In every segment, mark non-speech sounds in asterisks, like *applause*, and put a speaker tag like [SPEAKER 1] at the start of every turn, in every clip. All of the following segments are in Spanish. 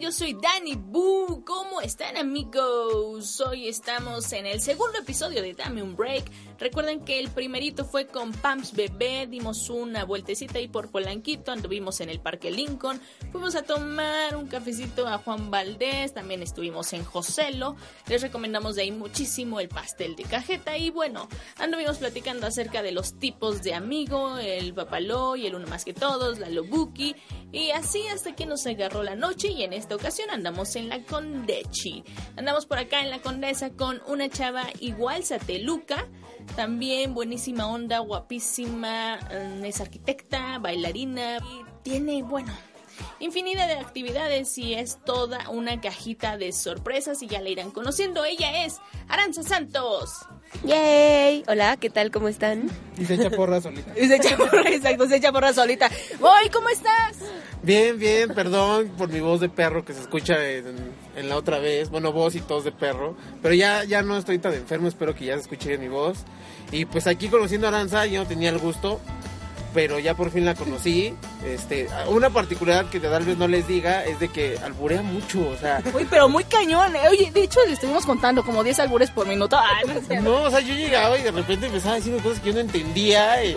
[SPEAKER 1] yo soy Danny Boo. ¿Cómo están amigos? Hoy estamos en el segundo episodio de Dame un Break. Recuerden que el primerito fue con Pams Bebé, dimos una vueltecita ahí por Polanquito, anduvimos en el Parque Lincoln, fuimos a tomar un cafecito a Juan Valdés, también estuvimos en Joselo, les recomendamos de ahí muchísimo el pastel de cajeta y bueno, anduvimos platicando acerca de los tipos de amigo, el papaló y el uno más que todos, la lobuki y así hasta que nos agarró la noche y en esta ocasión andamos en la Condechi. Andamos por acá en la Condesa con una chava igual, Sateluca, también buenísima onda, guapísima, mm, es arquitecta, bailarina y tiene, bueno, infinidad de actividades y es toda una cajita de sorpresas y ya la irán conociendo. Ella es Aranza Santos.
[SPEAKER 2] ¡Yay! Hola, ¿qué tal? ¿Cómo están?
[SPEAKER 3] Y se echa porra solita.
[SPEAKER 2] Y se
[SPEAKER 4] *laughs*
[SPEAKER 2] echa porra, exacto, se echa porra solita. ¡Voy! ¿Cómo estás?
[SPEAKER 3] Bien, bien, perdón por mi voz de perro que se escucha en, en la otra vez. Bueno, voz y tos de perro. Pero ya, ya no estoy tan enfermo, espero que ya se escuche mi voz. Y pues aquí conociendo a Aranza, yo no tenía el gusto, pero ya por fin la conocí. Este, una particularidad que tal vez no les diga es de que alburea mucho, o sea,
[SPEAKER 4] Uy, pero muy cañón. eh. Oye, de hecho, le estuvimos contando como 10 albures por minuto. Ah, no es cierto.
[SPEAKER 3] No, o sea, yo llegaba y de repente empezaba a decirme cosas que yo no entendía y,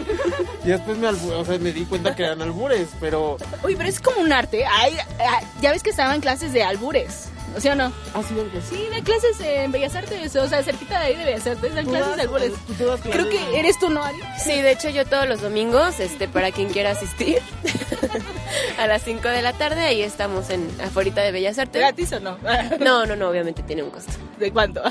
[SPEAKER 3] y después me, albu- o sea, me di cuenta que eran albures, pero...
[SPEAKER 4] Uy, pero es como un arte. Ay, ay, ya ves que estaba en clases de albures. ¿Sí o no?
[SPEAKER 3] ¿Ha sido algo así?
[SPEAKER 4] Sí, de clases en Bellas Artes, o sea, cerquita de ahí de Bellas Artes, dan clases de albures.
[SPEAKER 3] Tú das clases.
[SPEAKER 4] Creo que eres tú, ¿no, Ari?
[SPEAKER 2] Sí, de hecho yo todos los domingos, este, para quien quiera asistir, *laughs* a las 5 de la tarde, ahí estamos en afuera de Bellas Artes.
[SPEAKER 4] ¿Gratis o no?
[SPEAKER 2] No, no, no, obviamente tiene un costo.
[SPEAKER 4] ¿De cuánto?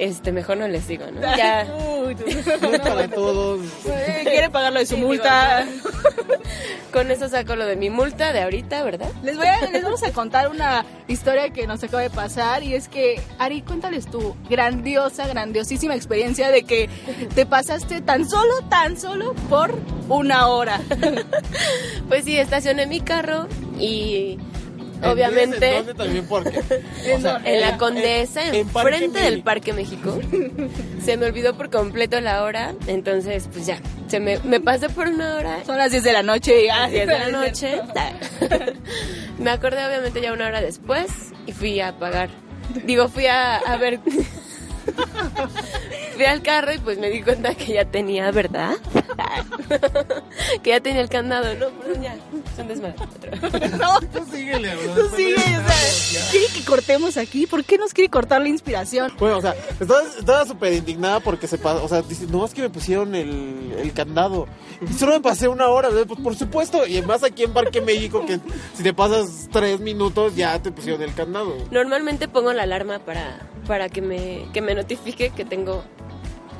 [SPEAKER 2] Este, mejor no les digo,
[SPEAKER 4] *laughs*
[SPEAKER 2] ¿no? Ya.
[SPEAKER 4] Uy, tú.
[SPEAKER 3] No es
[SPEAKER 4] *laughs*
[SPEAKER 3] para todos.
[SPEAKER 4] Eh, Quiere pagar lo de su
[SPEAKER 2] Sí,
[SPEAKER 4] multa.
[SPEAKER 2] Con eso saco lo de mi multa de ahorita, ¿verdad?
[SPEAKER 4] Les, voy a- les vamos a contar una historia que nos acaba de pasar y es que, Ari, cuéntales tu grandiosa, grandiosísima experiencia de que te pasaste tan solo, tan solo por una hora.
[SPEAKER 2] Pues sí, estacioné mi carro y
[SPEAKER 3] Entonces,
[SPEAKER 2] obviamente
[SPEAKER 3] entonces también porque... O sea,
[SPEAKER 2] en la Condesa,
[SPEAKER 3] en- en Parque
[SPEAKER 2] enfrente del
[SPEAKER 3] México.
[SPEAKER 2] Parque México. *laughs* Se me olvidó por completo la hora, entonces pues ya, se me, me pasé por una hora
[SPEAKER 4] Son las 10 de la noche y ah,
[SPEAKER 2] Diez
[SPEAKER 4] *laughs*
[SPEAKER 2] de la noche. Ah. *laughs* Me acordé obviamente ya una hora después y fui a pagar. Digo, fui a, a ver... *laughs* Fui al carro y pues me di cuenta que ya tenía, ¿verdad? *laughs* que ya tenía el candado, ¿no? Pero ya, son desmadre.
[SPEAKER 4] No,
[SPEAKER 3] Tú síguele, bro.
[SPEAKER 4] tú sigue, o sea, ¿quiere que cortemos aquí? ¿Por qué nos quiere cortar la inspiración?
[SPEAKER 3] Bueno, o sea, estaba estaba súper indignada porque se pasó, o sea, dice, no, es que me pusieron el, el candado. Y solo me pasé una hora, ¿no? pues por supuesto. Y además aquí en Parque México, que si te pasas tres minutos, ya te pusieron el candado.
[SPEAKER 2] Normalmente pongo la alarma para, para que, me, que me notifique que tengo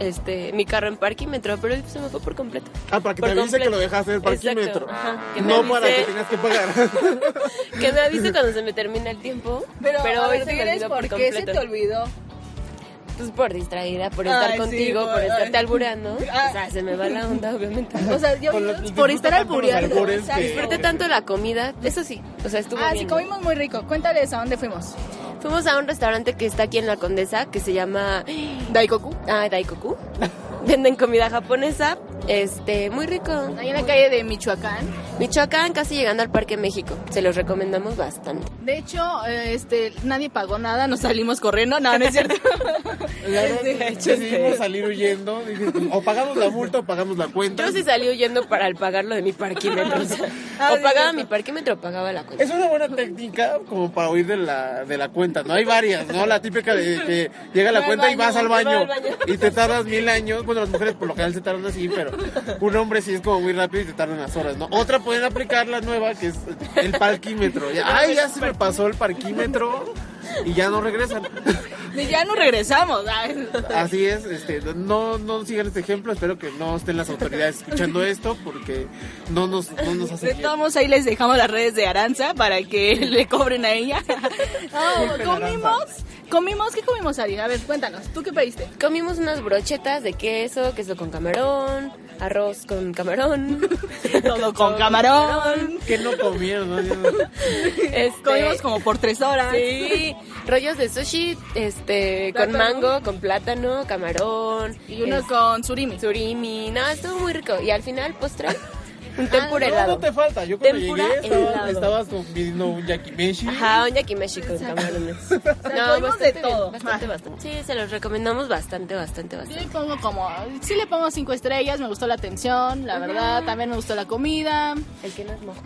[SPEAKER 2] este mi carro en parquímetro, pero se me fue por completo.
[SPEAKER 3] Ah, para que
[SPEAKER 2] Por
[SPEAKER 3] te avise que
[SPEAKER 2] completo.
[SPEAKER 3] lo dejaste en el
[SPEAKER 2] Exacto,
[SPEAKER 3] parquímetro.
[SPEAKER 2] ajá, que me
[SPEAKER 3] No para
[SPEAKER 2] avise.
[SPEAKER 3] que tengas que pagar.
[SPEAKER 2] *laughs* Que me avise cuando se me termina el tiempo. Pero,
[SPEAKER 4] a
[SPEAKER 2] hoy
[SPEAKER 4] ver,
[SPEAKER 2] se me
[SPEAKER 4] Tigres,
[SPEAKER 2] olvidó
[SPEAKER 4] ¿por
[SPEAKER 2] por
[SPEAKER 4] qué se
[SPEAKER 2] completo.
[SPEAKER 4] te olvidó?
[SPEAKER 2] Pues por distraída, por estar
[SPEAKER 4] Ay, sí,
[SPEAKER 2] contigo, por
[SPEAKER 4] ay.
[SPEAKER 2] estarte albureando.
[SPEAKER 4] Ah.
[SPEAKER 2] O sea, se me va la onda, obviamente.
[SPEAKER 4] *laughs* O sea, yo
[SPEAKER 3] Con lo-
[SPEAKER 4] por
[SPEAKER 3] disfruta tanto
[SPEAKER 4] estar
[SPEAKER 3] los
[SPEAKER 4] albureando.
[SPEAKER 3] albures
[SPEAKER 4] exacto.
[SPEAKER 3] que-
[SPEAKER 2] Disfruté tanto la comida, eso sí, o sea, estuvo
[SPEAKER 4] Ah, sí,
[SPEAKER 2] bien. ¿no?
[SPEAKER 4] comimos muy rico. Cuéntales a dónde fuimos.
[SPEAKER 2] Fuimos a un restaurante que está aquí en La Condesa, que se llama *gasps*
[SPEAKER 4] Daikoku.
[SPEAKER 2] ah,
[SPEAKER 4] *laughs*
[SPEAKER 2] Daikoku. Venden comida japonesa, este, muy rico.
[SPEAKER 4] Ahí en la calle de Michoacán.
[SPEAKER 2] Michoacán, casi llegando al Parque México. Se los recomendamos bastante.
[SPEAKER 4] De hecho, eh, este, nadie pagó nada, nos salimos corriendo. No, no es cierto.
[SPEAKER 3] La verdad,
[SPEAKER 2] este.
[SPEAKER 3] decidimos salir huyendo. Dije, pues, o pagamos la multa o pagamos la cuenta.
[SPEAKER 2] Yo sí salí huyendo para el pagar lo de mi parquímetro. O, sea,
[SPEAKER 4] *laughs* Ah,
[SPEAKER 2] o
[SPEAKER 4] sí,
[SPEAKER 2] pagaba
[SPEAKER 4] cierto.
[SPEAKER 2] mi parquímetro o pagaba la cuenta.
[SPEAKER 3] Es una buena técnica como para huir de la, de la cuenta, ¿no? Hay varias, ¿no? La típica de que llega la
[SPEAKER 2] al
[SPEAKER 3] cuenta y
[SPEAKER 2] baño,
[SPEAKER 3] vas al
[SPEAKER 2] va al
[SPEAKER 3] baño
[SPEAKER 2] baño.
[SPEAKER 3] y te tardas mil años. Bueno, las mujeres por lo general se tardan así, pero un hombre sí es como muy rápido y te tardan unas horas, ¿no? Otra pueden aplicar la nueva que es el parquímetro. Ya, Ay, ya se me pasó el parquímetro y ya no regresan.
[SPEAKER 4] Y ya no regresamos. Ay.
[SPEAKER 3] Así es, este, no, no sigan este ejemplo, espero que no estén las autoridades escuchando esto porque no nos, no nos hace
[SPEAKER 4] De
[SPEAKER 3] bien.
[SPEAKER 4] todos modos, ahí les dejamos las redes de Aranza para que *laughs* le cobren a ella. *laughs* No, comimos, comimos, ¿qué comimos, Ari? A ver, cuéntanos, ¿tú qué pediste?
[SPEAKER 2] Comimos unas brochetas de queso, queso con camarón, arroz con camarón.
[SPEAKER 4] Todo con camarón.
[SPEAKER 3] Que no comieron, ¿no?
[SPEAKER 2] Este,
[SPEAKER 4] *laughs* Comimos como por tres horas.
[SPEAKER 2] Sí, rollos de sushi, este, con
[SPEAKER 4] Plátano.
[SPEAKER 2] mango, con plátano, camarón. este,
[SPEAKER 4] Y uno
[SPEAKER 2] es-
[SPEAKER 4] con surimi.
[SPEAKER 2] surimi. No, estuvo muy rico. Y al final, postre, Un tempura
[SPEAKER 3] No, no
[SPEAKER 2] helado.
[SPEAKER 3] te falta. Yo cuando
[SPEAKER 2] Tempura
[SPEAKER 3] llegué estaba-
[SPEAKER 2] helado.
[SPEAKER 3] estabas comiendo un yakimeshi.
[SPEAKER 2] Ajá, un yakimeshi con camarones.
[SPEAKER 4] comimos de
[SPEAKER 2] bien,
[SPEAKER 4] todo.
[SPEAKER 2] bastante, bastante. Sí, se los recomendamos bastante, bastante,
[SPEAKER 4] Yo
[SPEAKER 2] bastante.
[SPEAKER 4] le pongo como, sí le pongo cinco estrellas, me gustó la atención, la verdad, también me gustó la comida.
[SPEAKER 2] El que no es mojo.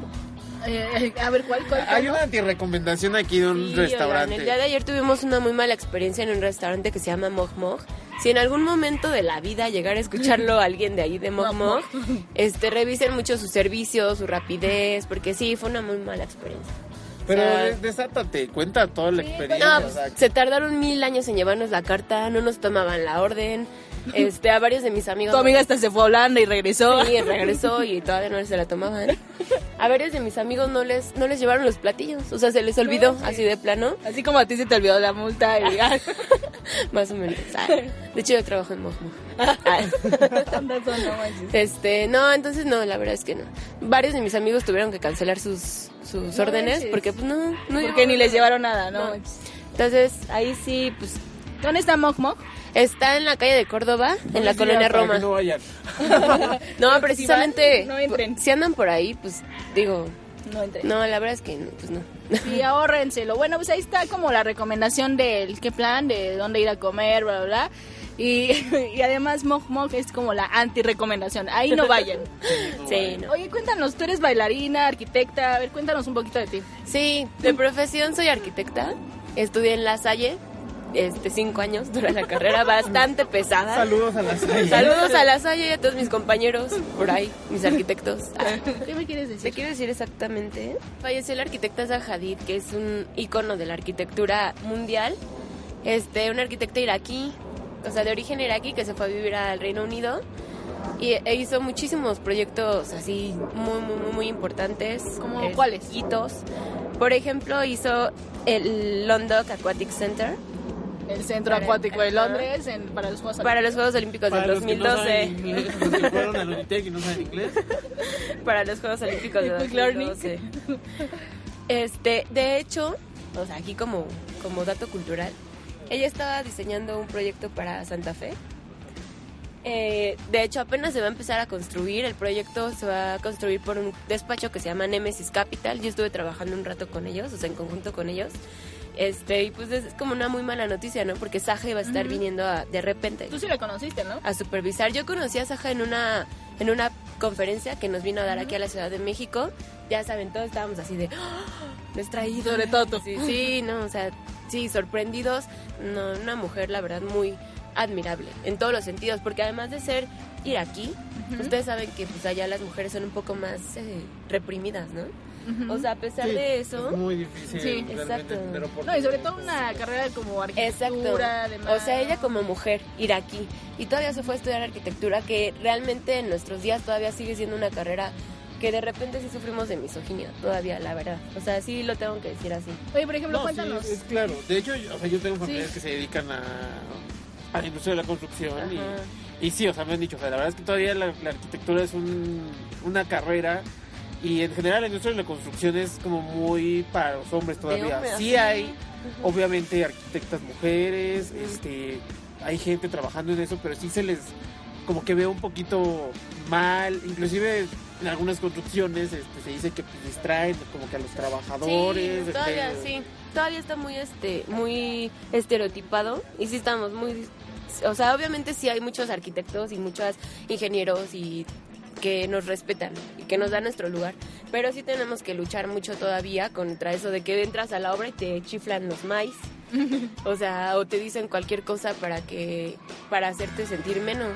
[SPEAKER 4] Eh, a ver, ¿cuál, cuál, cuál,
[SPEAKER 3] Hay
[SPEAKER 4] no?
[SPEAKER 3] una antirecomendación aquí de un
[SPEAKER 2] Sí, oigan,
[SPEAKER 3] restaurante.
[SPEAKER 2] el día de ayer tuvimos una muy mala experiencia en un restaurante que se llama Moj Moj. Si en algún momento de la vida llegara a escucharlo alguien de ahí de Moj Moj, este, revisen mucho su servicio, su rapidez, porque sí, fue una muy mala experiencia.
[SPEAKER 3] Pero
[SPEAKER 2] O sea,
[SPEAKER 3] des- desátate, cuenta toda la experiencia.
[SPEAKER 2] no, pues,
[SPEAKER 3] o sea,
[SPEAKER 2] se tardaron mil años en llevarnos la carta, no nos tomaban la orden. Este, a varios de mis amigos.
[SPEAKER 4] Tu amiga hasta se fue a Holanda y regresó.
[SPEAKER 2] Sí, regresó y todavía no se la tomaban. A varios de mis amigos no les, no les llevaron los platillos, o sea, se les olvidó así de plano.
[SPEAKER 4] Así como a ti se te olvidó la multa y *laughs*
[SPEAKER 2] Más o menos. Ah, De hecho, yo trabajo en Mojmo. Ah. Este, no, entonces no, la verdad es que no. Varios de mis amigos tuvieron que cancelar sus, sus
[SPEAKER 4] No
[SPEAKER 2] órdenes
[SPEAKER 4] manches.
[SPEAKER 2] porque pues no, no
[SPEAKER 4] Porque
[SPEAKER 2] llevaban
[SPEAKER 4] ni les
[SPEAKER 2] nada.
[SPEAKER 4] llevaron nada, ¿no?
[SPEAKER 2] No. Entonces, ahí sí, pues
[SPEAKER 4] ¿Dónde está Moc Moc?
[SPEAKER 2] está en la calle de Córdoba, en la
[SPEAKER 3] digas
[SPEAKER 2] colonia
[SPEAKER 3] para
[SPEAKER 2] Roma.
[SPEAKER 3] que no vayan.
[SPEAKER 2] No, precisamente
[SPEAKER 4] van, no entren.
[SPEAKER 2] si andan por ahí, pues digo,
[SPEAKER 4] No entré.
[SPEAKER 2] no, la verdad es que no,
[SPEAKER 4] *laughs*
[SPEAKER 2] pues no.
[SPEAKER 4] Y ahórrenselo. Bueno, pues ahí está como la recomendación del qué plan, de dónde ir a comer, bla, bla, bla. Y, *laughs* y además Moc Moc es como la anti-recomendación. Ahí no
[SPEAKER 2] *laughs*
[SPEAKER 4] vayan.
[SPEAKER 2] Sí, no.
[SPEAKER 4] Oye, cuéntanos, tú eres bailarina, arquitecta. A ver, cuéntanos un poquito de ti.
[SPEAKER 2] Sí, de profesión soy arquitecta. Estudié en La Salle este, cinco años durante la
[SPEAKER 4] *laughs*
[SPEAKER 2] carrera, bastante pesada.
[SPEAKER 3] Saludos a las
[SPEAKER 2] Saludos a La Salle y a todos mis compañeros por ahí, mis *laughs* arquitectos. Ah,
[SPEAKER 4] ¿Qué me quieres
[SPEAKER 2] Te
[SPEAKER 4] decir?
[SPEAKER 2] quiero decir exactamente. Falleció la arquitecta Zaha Hadid, que es un ícono de la arquitectura mundial. Este, una arquitecta iraquí, o sea, de origen iraquí, que se fue a vivir al Reino Unido. Y, e hizo muchísimos proyectos así muy, muy, muy, muy importantes.
[SPEAKER 4] ¿Cómo
[SPEAKER 2] Eh,
[SPEAKER 4] cuáles?
[SPEAKER 2] Hitos. Por ejemplo, hizo el London Aquatic Center
[SPEAKER 4] El Centro
[SPEAKER 2] Para-
[SPEAKER 4] Acuático de
[SPEAKER 2] ajá.
[SPEAKER 4] Londres en- para los Juegos
[SPEAKER 2] para los Juegos Olímpicos
[SPEAKER 3] Para
[SPEAKER 2] del
[SPEAKER 3] los que no
[SPEAKER 2] 2012.
[SPEAKER 3] saben inglés, los que fueron al Unitec y no saben inglés.
[SPEAKER 2] *laughs* para los Juegos Olímpicos *laughs* de
[SPEAKER 4] Quick learning.
[SPEAKER 2] 2012. Este, de hecho, o sea, aquí como, como dato cultural, ella estaba diseñando un proyecto para Santa Fe. Eh, de hecho, apenas se va a empezar a construir. El proyecto se va a construir por un despacho que se llama Nemesis Capital. Yo estuve trabajando un rato con ellos, o sea, en conjunto con ellos. Este, y pues es como una muy mala noticia, ¿no? Porque Saje va a estar viniendo a- de repente
[SPEAKER 4] Tú sí la conociste, ¿no?
[SPEAKER 2] a supervisar. Yo conocí a Saja en una, en una conferencia que nos vino a dar aquí a la Ciudad de México. Ya saben, todos estábamos así de distraídos.
[SPEAKER 4] Sobre todo tú.
[SPEAKER 2] Sí, sí, no, o sea, sí, sorprendidos. No, una mujer, la verdad, muy admirable en todos los sentidos, porque además de ser iraquí, ustedes saben que pues allá las mujeres son un poco más eh, reprimidas, ¿no? O sea, a pesar
[SPEAKER 3] Sí,
[SPEAKER 2] de eso...
[SPEAKER 3] Es muy difícil.
[SPEAKER 4] Sí,
[SPEAKER 3] realmente
[SPEAKER 2] exacto.
[SPEAKER 3] entender
[SPEAKER 4] No, y sobre
[SPEAKER 3] oportunidades.
[SPEAKER 4] todo una carrera como
[SPEAKER 2] Exacto.
[SPEAKER 4] arquitectura, además.
[SPEAKER 2] O sea, ella como mujer iraquí y todavía se fue a estudiar arquitectura, que realmente en nuestros días todavía sigue siendo una carrera que de repente sí sufrimos de misoginia, todavía, la verdad. O sea, sí lo tengo que decir así.
[SPEAKER 4] Oye, por ejemplo,
[SPEAKER 3] No, sí,
[SPEAKER 4] cuéntanos.
[SPEAKER 3] es, es claro. De hecho, yo, o sea, yo tengo familiares que se dedican a, a la industria de la construcción
[SPEAKER 2] Ajá.
[SPEAKER 3] y, y sí, o sea, me han dicho, o sea, la verdad es que todavía la, la arquitectura es un- una carrera y en general la industria de la construcción es como muy para los hombres todavía.
[SPEAKER 2] hombres,
[SPEAKER 3] sí
[SPEAKER 2] sí.
[SPEAKER 3] hay, obviamente, arquitectas mujeres, este, hay gente trabajando en eso, pero sí se les como que ve un poquito mal, inclusive en algunas construcciones este, se dice que pues, distraen como que a los trabajadores.
[SPEAKER 2] Sí, todavía
[SPEAKER 3] este,
[SPEAKER 2] sí. Todavía está muy este muy estereotipado y sí estamos muy o sea, obviamente sí hay muchos arquitectos y muchos ingenieros y que nos respetan y que nos dan nuestro lugar, pero sí tenemos que luchar mucho todavía contra eso de que entras a la obra y te chiflan los maíz. O sea, o te dicen cualquier cosa para que para hacerte sentir menos.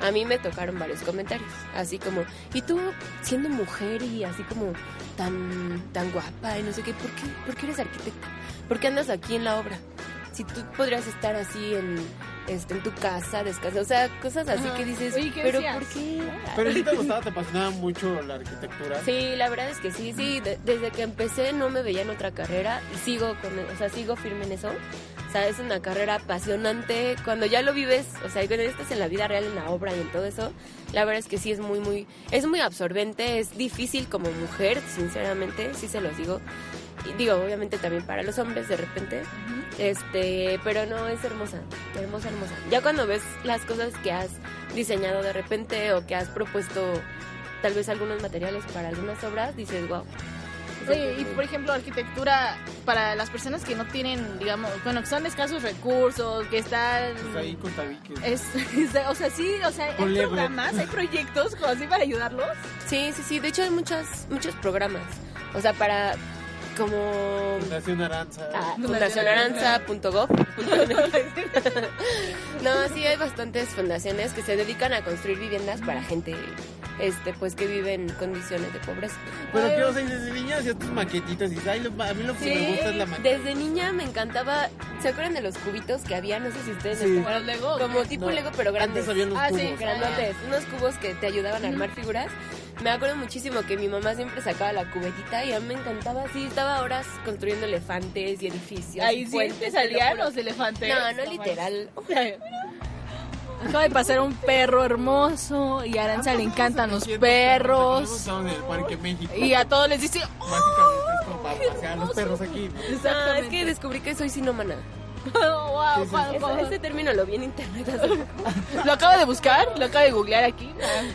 [SPEAKER 2] A mí me tocaron varios comentarios, así como, "Y tú siendo mujer y así como tan tan guapa y no sé qué, ¿por qué por qué eres arquitecta? ¿Por qué andas aquí en la obra? Si tú podrías estar así en este en tu casa descansando, o sea, cosas así
[SPEAKER 4] Ajá.
[SPEAKER 2] que dices,
[SPEAKER 4] Oye, ¿qué
[SPEAKER 2] pero
[SPEAKER 4] decías?
[SPEAKER 2] ¿por qué?
[SPEAKER 3] Pero si te gustaba, te apasionaba mucho la arquitectura.
[SPEAKER 2] Sí, la verdad es que sí, sí. de- desde que empecé no me veía en otra carrera y sigo con, o sea, sigo firme en eso. O sea, es una carrera apasionante. Cuando ya lo vives, o sea, cuando estás en la vida real, en la obra y en todo eso, la verdad es que sí es muy, muy, es muy absorbente. Es difícil como mujer, sinceramente, sí se los digo. Y digo, obviamente también para los hombres de repente, este, pero no, es hermosa, hermosa, hermosa. Ya cuando ves las cosas que has diseñado de repente o que has propuesto tal vez algunos materiales para algunas obras, dices, wow.
[SPEAKER 4] Oye, y por ejemplo, arquitectura para las personas que no tienen, digamos, bueno, que son de escasos recursos, que están...
[SPEAKER 3] Pues ahí con tabiques.
[SPEAKER 4] Es- *laughs* es- o sea, sí, o sea, hay
[SPEAKER 3] Ponle, güey.
[SPEAKER 4] programas, hay proyectos como así para ayudarlos.
[SPEAKER 2] Sí, sí, sí. De hecho, hay muchas, muchos programas. O sea, para como
[SPEAKER 3] Fundación Aranza.
[SPEAKER 2] ah,
[SPEAKER 4] Fundación
[SPEAKER 2] fundacionaranza.gov. *laughs* no, sí, hay bastantes fundaciones que se dedican a construir viviendas para gente este pues que vive en condiciones de pobreza.
[SPEAKER 3] Pero quiero ser desde niña hacía tus maquetitas y dices, ay, lo- a mí lo que me gusta es la maqueta.
[SPEAKER 2] desde niña me encantaba, ¿se acuerdan de los cubitos que había? No sé si ustedes
[SPEAKER 3] Sí.
[SPEAKER 2] les
[SPEAKER 4] Para luego...
[SPEAKER 2] como tipo
[SPEAKER 3] No,
[SPEAKER 2] Lego pero grandes.
[SPEAKER 3] Antes había los
[SPEAKER 4] Ah, sí,
[SPEAKER 3] cubos.
[SPEAKER 2] grandotes, unos cubos que te ayudaban a armar figuras. Me acuerdo muchísimo que mi mamá siempre sacaba la cubetita y a mí me encantaba así, estaba horas construyendo elefantes y edificios. y
[SPEAKER 4] Ahí sí
[SPEAKER 2] puentes,
[SPEAKER 4] te
[SPEAKER 2] te
[SPEAKER 4] salían
[SPEAKER 2] lo juro.
[SPEAKER 4] los elefantes.
[SPEAKER 2] No, no literal.
[SPEAKER 4] Acaba de pasar un perro hermoso y a Aranza
[SPEAKER 3] pues,
[SPEAKER 4] le encantan los perros.
[SPEAKER 3] Estamos en el Parque México.
[SPEAKER 4] Y a todos les dice, *laughs*
[SPEAKER 3] Básicamente es como para pasear a los perros aquí.
[SPEAKER 2] No, es que descubrí que soy sinómana.
[SPEAKER 4] "Oh, wow,
[SPEAKER 3] Sí, sí,
[SPEAKER 4] wow,
[SPEAKER 2] Ese,
[SPEAKER 4] wow".
[SPEAKER 2] ese término lo vi en internet
[SPEAKER 4] *laughs*
[SPEAKER 2] hace poco.
[SPEAKER 4] Lo acabo de buscar, lo acabo de googlear aquí.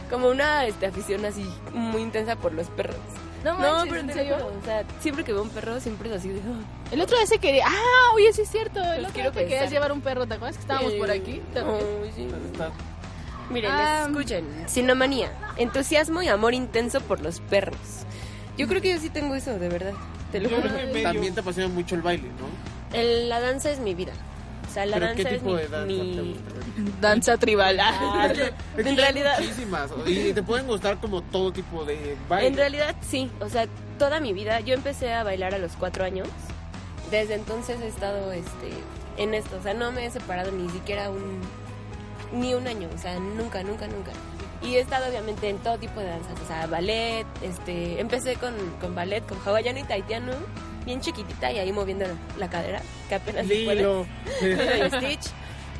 [SPEAKER 2] como una este, afición así muy intensa por los perros.
[SPEAKER 4] No, manches, ¿en
[SPEAKER 2] te lo
[SPEAKER 4] serio?
[SPEAKER 2] juro, o sea, siempre que veo un perro siempre es así de... "Oh".
[SPEAKER 4] El otro día se quería. Ah, oye, sí es cierto. El
[SPEAKER 2] Los
[SPEAKER 4] otro
[SPEAKER 2] quiero
[SPEAKER 4] día te querías
[SPEAKER 2] besar.
[SPEAKER 4] llevar un perro, ¿te acuerdas que estábamos por aquí? también?
[SPEAKER 2] Ay, sí.
[SPEAKER 3] Está-
[SPEAKER 2] Miren,
[SPEAKER 4] Ah.
[SPEAKER 2] escuchen. Sinomanía, entusiasmo y amor intenso por los perros. Yo creo que yo sí tengo eso, de verdad. Te lo
[SPEAKER 3] Yo
[SPEAKER 2] juro.
[SPEAKER 3] creo que También te apasiona mucho el baile, ¿no?
[SPEAKER 2] El- la danza es mi vida. O sea, la
[SPEAKER 3] Pero
[SPEAKER 2] danza
[SPEAKER 3] ¿qué
[SPEAKER 2] es
[SPEAKER 3] tipo
[SPEAKER 2] mi...
[SPEAKER 3] de danza
[SPEAKER 2] mi-
[SPEAKER 3] te gusta?
[SPEAKER 4] Danza tribal.
[SPEAKER 2] Ah,
[SPEAKER 3] Es que
[SPEAKER 2] *laughs* en
[SPEAKER 3] hay
[SPEAKER 2] realidad,
[SPEAKER 3] Muchísimas. Y te pueden gustar como todo tipo de baile.
[SPEAKER 2] en realidad sí. O sea, toda mi vida. Yo empecé a bailar a los cuatro años. Desde entonces he estado este, en esto. O sea, no me he separado ni siquiera un... Ni un año. O sea, nunca, nunca, nunca. Y he estado obviamente en todo tipo de danzas, o sea, ballet, este, empecé con, con ballet, con hawaiano y taitiano, bien chiquitita y ahí moviendo la, la cadera, que apenas se puede.
[SPEAKER 3] Lilo.
[SPEAKER 2] Lilo y Stitch.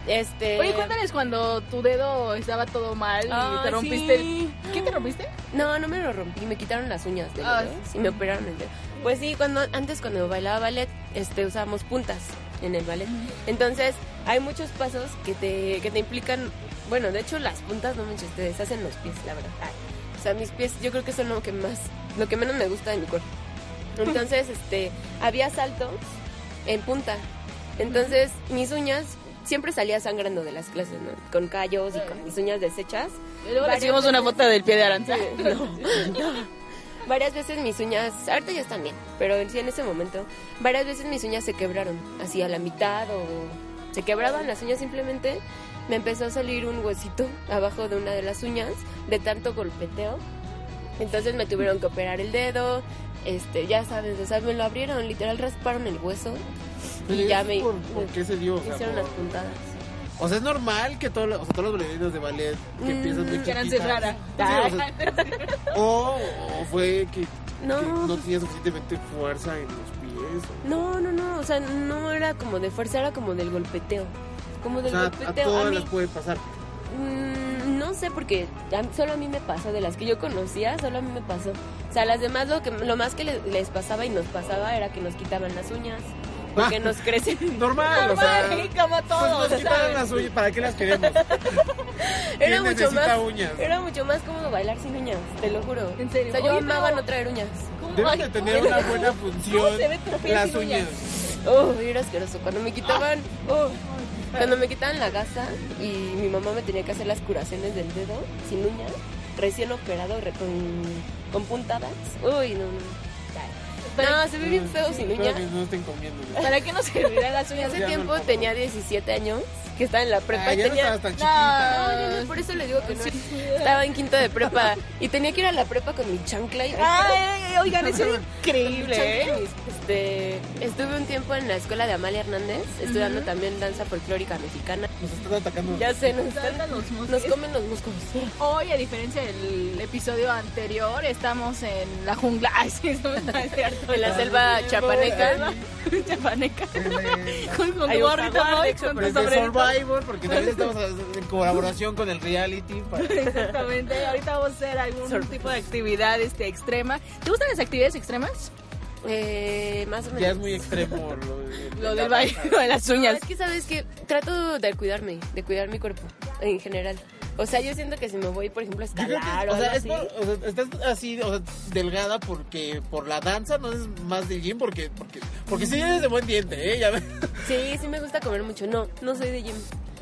[SPEAKER 2] Este,
[SPEAKER 4] Oye, cuéntales cuando tu dedo estaba todo mal y
[SPEAKER 2] Ay,
[SPEAKER 4] te rompiste
[SPEAKER 2] sí.
[SPEAKER 4] el. ¿Qué te rompiste?
[SPEAKER 2] No, no me lo rompí, me quitaron las uñas del
[SPEAKER 4] Ah,
[SPEAKER 2] dedo
[SPEAKER 4] sí.
[SPEAKER 2] y me operaron el dedo. Pues sí, cuando antes cuando bailaba ballet, este usábamos puntas en el ballet. Entonces, hay muchos pasos que te, que te implican, bueno, de hecho las puntas no manches, te deshacen los pies, la verdad. Ay, O sea, mis pies yo creo que son lo que más, lo que menos me gusta de mi
[SPEAKER 4] *laughs*
[SPEAKER 2] cuerpo. Entonces, este, había saltos en punta. Entonces, mis uñas siempre salía sangrando de las clases, ¿no? Con callos y con mis uñas deshechas.
[SPEAKER 4] Y luego le
[SPEAKER 2] Varias
[SPEAKER 4] subimos una
[SPEAKER 2] veces.
[SPEAKER 4] foto del pie de Aranza.
[SPEAKER 2] Varias veces mis uñas, ahorita ya están bien, pero sí en ese momento, varias veces mis uñas se quebraron, así a la mitad o se quebraban las uñas simplemente. Me empezó a salir un huesito *laughs* abajo de una de las uñas de tanto golpeteo. Entonces me tuvieron que operar el dedo, este, ya sabes, o sea, me lo abrieron, literal rasparon el hueso, Y ya me-
[SPEAKER 3] ¿Por, por qué se dio? O sea,
[SPEAKER 2] hicieron
[SPEAKER 3] por-
[SPEAKER 2] las puntadas.
[SPEAKER 3] o sea, es normal que todos los, o sea, todos los bailarines de ballet que
[SPEAKER 2] Mm,
[SPEAKER 3] empiezan muy
[SPEAKER 2] que
[SPEAKER 4] Aranza
[SPEAKER 3] chiquitas-
[SPEAKER 4] es rara.
[SPEAKER 3] Sí, o, sea, o, o fue que que
[SPEAKER 2] No.
[SPEAKER 3] no tenía suficientemente fuerza en los pies.
[SPEAKER 2] *laughs*
[SPEAKER 3] o-
[SPEAKER 2] No, no, no, o sea, no era como de fuerza, era como del golpeteo. Como
[SPEAKER 3] O
[SPEAKER 2] del
[SPEAKER 3] sea, a
[SPEAKER 2] golpeteo.
[SPEAKER 3] todas
[SPEAKER 2] mí-
[SPEAKER 3] las puede pasar.
[SPEAKER 2] Mm, no sé, porque a- solo a mí me pasó, de las que yo conocía, solo a mí me pasó. O sea, a las demás lo, que, lo más que le- les pasaba y nos pasaba era que nos quitaban las uñas,
[SPEAKER 3] Ah,
[SPEAKER 2] porque nos
[SPEAKER 3] *laughs*
[SPEAKER 2] crecen.
[SPEAKER 3] Normal, o sea.
[SPEAKER 4] Ay, como
[SPEAKER 3] Pues
[SPEAKER 4] todos.
[SPEAKER 3] nos quitaron las uñas, ¿para qué las queremos? *laughs*
[SPEAKER 2] Era
[SPEAKER 3] ¿Quién
[SPEAKER 2] mucho,
[SPEAKER 3] necesita
[SPEAKER 2] más,
[SPEAKER 3] uñas?
[SPEAKER 2] era mucho más cómodo bailar sin uñas, te lo juro.
[SPEAKER 4] ¿En serio?
[SPEAKER 2] O sea, yo
[SPEAKER 4] Oye,
[SPEAKER 2] amaba
[SPEAKER 4] pero-
[SPEAKER 2] no traer uñas.
[SPEAKER 3] Deben de tener una buena función
[SPEAKER 4] se ve tu piel
[SPEAKER 3] las
[SPEAKER 4] sin uñas?
[SPEAKER 3] uñas.
[SPEAKER 2] Oh, era asqueroso. Cuando me quitaban,
[SPEAKER 3] Ah.
[SPEAKER 2] oh, cuando me quitaban la gasa y mi mamá me tenía que hacer las curaciones del dedo sin uña, recién operado re- con, con puntadas. Uy, no, no. No, se ve bien feo sin uñas.
[SPEAKER 3] Espero que no estén comiendo. ¿no?
[SPEAKER 4] ¿Para qué nos servirán las
[SPEAKER 2] *laughs*
[SPEAKER 4] uñas?
[SPEAKER 2] Hace
[SPEAKER 3] Ya no
[SPEAKER 2] tiempo
[SPEAKER 3] como.
[SPEAKER 2] tenía 17 años, que estaba en la prepa
[SPEAKER 3] Ah,
[SPEAKER 2] y
[SPEAKER 3] ya no
[SPEAKER 2] tenía...
[SPEAKER 3] estabas tan chiquita.
[SPEAKER 2] No, no, no, por eso le digo que no. Estaba en quinto de prepa y tenía que ir a la prepa con mi chancla y...
[SPEAKER 3] Ah,
[SPEAKER 4] Ay, *laughs* oigan, eso era increíble, ¿eh?
[SPEAKER 2] Chancla y mis- Este, estuve un tiempo en la escuela de Amalia Hernández, estudiando también danza folclórica mexicana.
[SPEAKER 3] Nos están atacando. *laughs*
[SPEAKER 2] Ya sé, nos, están-
[SPEAKER 4] Salgan los
[SPEAKER 2] nos
[SPEAKER 4] mosquitos.
[SPEAKER 2] comen los músculos.
[SPEAKER 4] Hoy, a diferencia del episodio anterior, estamos en la jungla. *laughs* Ay, sí, estamos en la *laughs*
[SPEAKER 2] En la selva chapaneca.
[SPEAKER 4] Chapaneca.
[SPEAKER 3] Desde-
[SPEAKER 4] Con, con
[SPEAKER 2] Hay
[SPEAKER 4] tu
[SPEAKER 2] un
[SPEAKER 4] gorrito,
[SPEAKER 2] jaguar,
[SPEAKER 4] ¿no?
[SPEAKER 2] de
[SPEAKER 4] Y
[SPEAKER 2] hecho,
[SPEAKER 4] con tu
[SPEAKER 3] desde
[SPEAKER 4] sombrerito.
[SPEAKER 3] Survivor, porque también estamos en colaboración con el reality. para-
[SPEAKER 4] Exactamente. Ahorita vamos a hacer algún
[SPEAKER 2] Sorpresa.
[SPEAKER 4] tipo de actividad este, extrema. ¿Te gustan las actividades extremas?
[SPEAKER 2] Eh, más o menos.
[SPEAKER 3] Ya es muy extremo lo, de-
[SPEAKER 4] Lo del baile, lo de las
[SPEAKER 2] No,
[SPEAKER 4] uñas.
[SPEAKER 2] es que sabes que trato de cuidarme, de cuidar mi cuerpo en general. O sea, yo siento que si me voy, por ejemplo, a
[SPEAKER 3] Yo creo que,
[SPEAKER 2] escalar o
[SPEAKER 3] o,
[SPEAKER 2] algo
[SPEAKER 3] sea, es
[SPEAKER 2] así.
[SPEAKER 3] por- o sea, estás así, o sea, delgada porque por la danza, no es más del gym, porque, porque, porque sí eres de buen diente, ¿eh? Ya ves.
[SPEAKER 2] Sí, sí me gusta comer mucho. No, no soy de gym.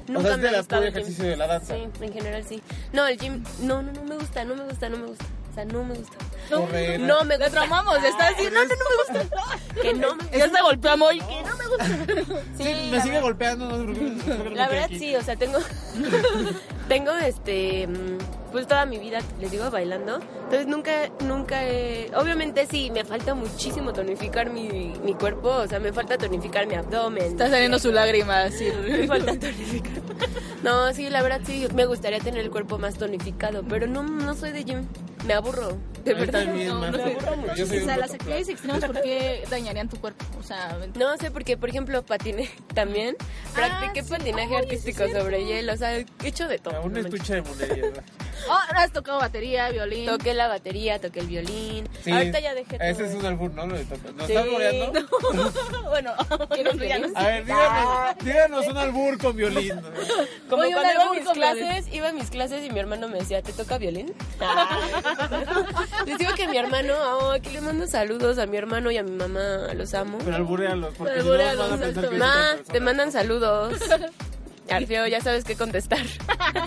[SPEAKER 3] O
[SPEAKER 2] Nunca
[SPEAKER 3] sea, es
[SPEAKER 2] me
[SPEAKER 3] de
[SPEAKER 2] ha
[SPEAKER 3] la
[SPEAKER 2] gustado
[SPEAKER 3] pura
[SPEAKER 2] el gym.
[SPEAKER 3] ejercicio de la danza.
[SPEAKER 2] Sí, en general sí. No, el gym, no, no, no me gusta, no me gusta, no me gusta. O sea, no me gusta.
[SPEAKER 3] Correr.
[SPEAKER 2] No me
[SPEAKER 4] La
[SPEAKER 2] gusta.
[SPEAKER 4] traumamos, está así, no, no, no me gusta.
[SPEAKER 2] Que no me
[SPEAKER 4] Ya se golpeó a Moy, que no me gusta.
[SPEAKER 3] Sí, me sigue golpeando, no sé por qué.
[SPEAKER 2] La verdad sí, o sea, tengo *laughs* tengo este mm, pues toda mi vida les digo bailando. Entonces nunca nunca he- obviamente sí me falta muchísimo tonificar mi, mi cuerpo, o sea, me falta tonificar mi abdomen.
[SPEAKER 4] Está saliendo su lágrima, sí. *laughs*
[SPEAKER 2] me falta tonificar. No, sí, la verdad sí me gustaría tener el cuerpo más tonificado, pero no no soy de gym. Me aburro, de
[SPEAKER 3] A mí
[SPEAKER 2] verdad.
[SPEAKER 3] también,
[SPEAKER 2] no,
[SPEAKER 3] Marta.
[SPEAKER 2] me aburro mucho.
[SPEAKER 3] Yo soy
[SPEAKER 4] o
[SPEAKER 3] un
[SPEAKER 4] sea, las
[SPEAKER 3] protocolo.
[SPEAKER 4] actividades extremas, ¿por qué dañarían tu cuerpo? O sea,
[SPEAKER 2] No sé, porque por ejemplo patiné *laughs* también. Practiqué patinaje artístico sobre hielo, o sea, he hecho de todo.
[SPEAKER 3] A un
[SPEAKER 2] no manches.
[SPEAKER 3] estuche de monerías. ¿no?
[SPEAKER 4] oh, has tocado batería, violín.
[SPEAKER 2] Toqué la batería, toqué el violín.
[SPEAKER 3] Sí.
[SPEAKER 2] Ahorita ya dejé todo.
[SPEAKER 3] Ese es un álbum, ¿no? Lo de tocar. ¿Nos
[SPEAKER 2] Sí. *laughs*
[SPEAKER 3] están boreando?
[SPEAKER 4] bueno,
[SPEAKER 2] ¿Quieres *laughs*
[SPEAKER 4] ya no
[SPEAKER 2] venir?
[SPEAKER 4] sé.
[SPEAKER 3] A ver,
[SPEAKER 2] Ah.
[SPEAKER 3] díganos, díganos un albur con violín.
[SPEAKER 2] Como
[SPEAKER 4] Oye,
[SPEAKER 2] cuando iba
[SPEAKER 4] un
[SPEAKER 2] a
[SPEAKER 4] albur
[SPEAKER 2] mis
[SPEAKER 4] con
[SPEAKER 2] clases, iba a mis clases y mi hermano me decía, ¿te toca violín? Ah. *laughs* Les digo que mi hermano, oh, aquí le mando saludos a mi hermano y a mi mamá, los amo.
[SPEAKER 3] Pero albúrealos, porque si no van
[SPEAKER 2] Alburéalos,
[SPEAKER 3] a pensar que
[SPEAKER 2] Ma,
[SPEAKER 3] es otra
[SPEAKER 2] Ah, te
[SPEAKER 3] persona.
[SPEAKER 2] mandan
[SPEAKER 4] *laughs*
[SPEAKER 2] saludos. Alfeo, ya sabes qué contestar.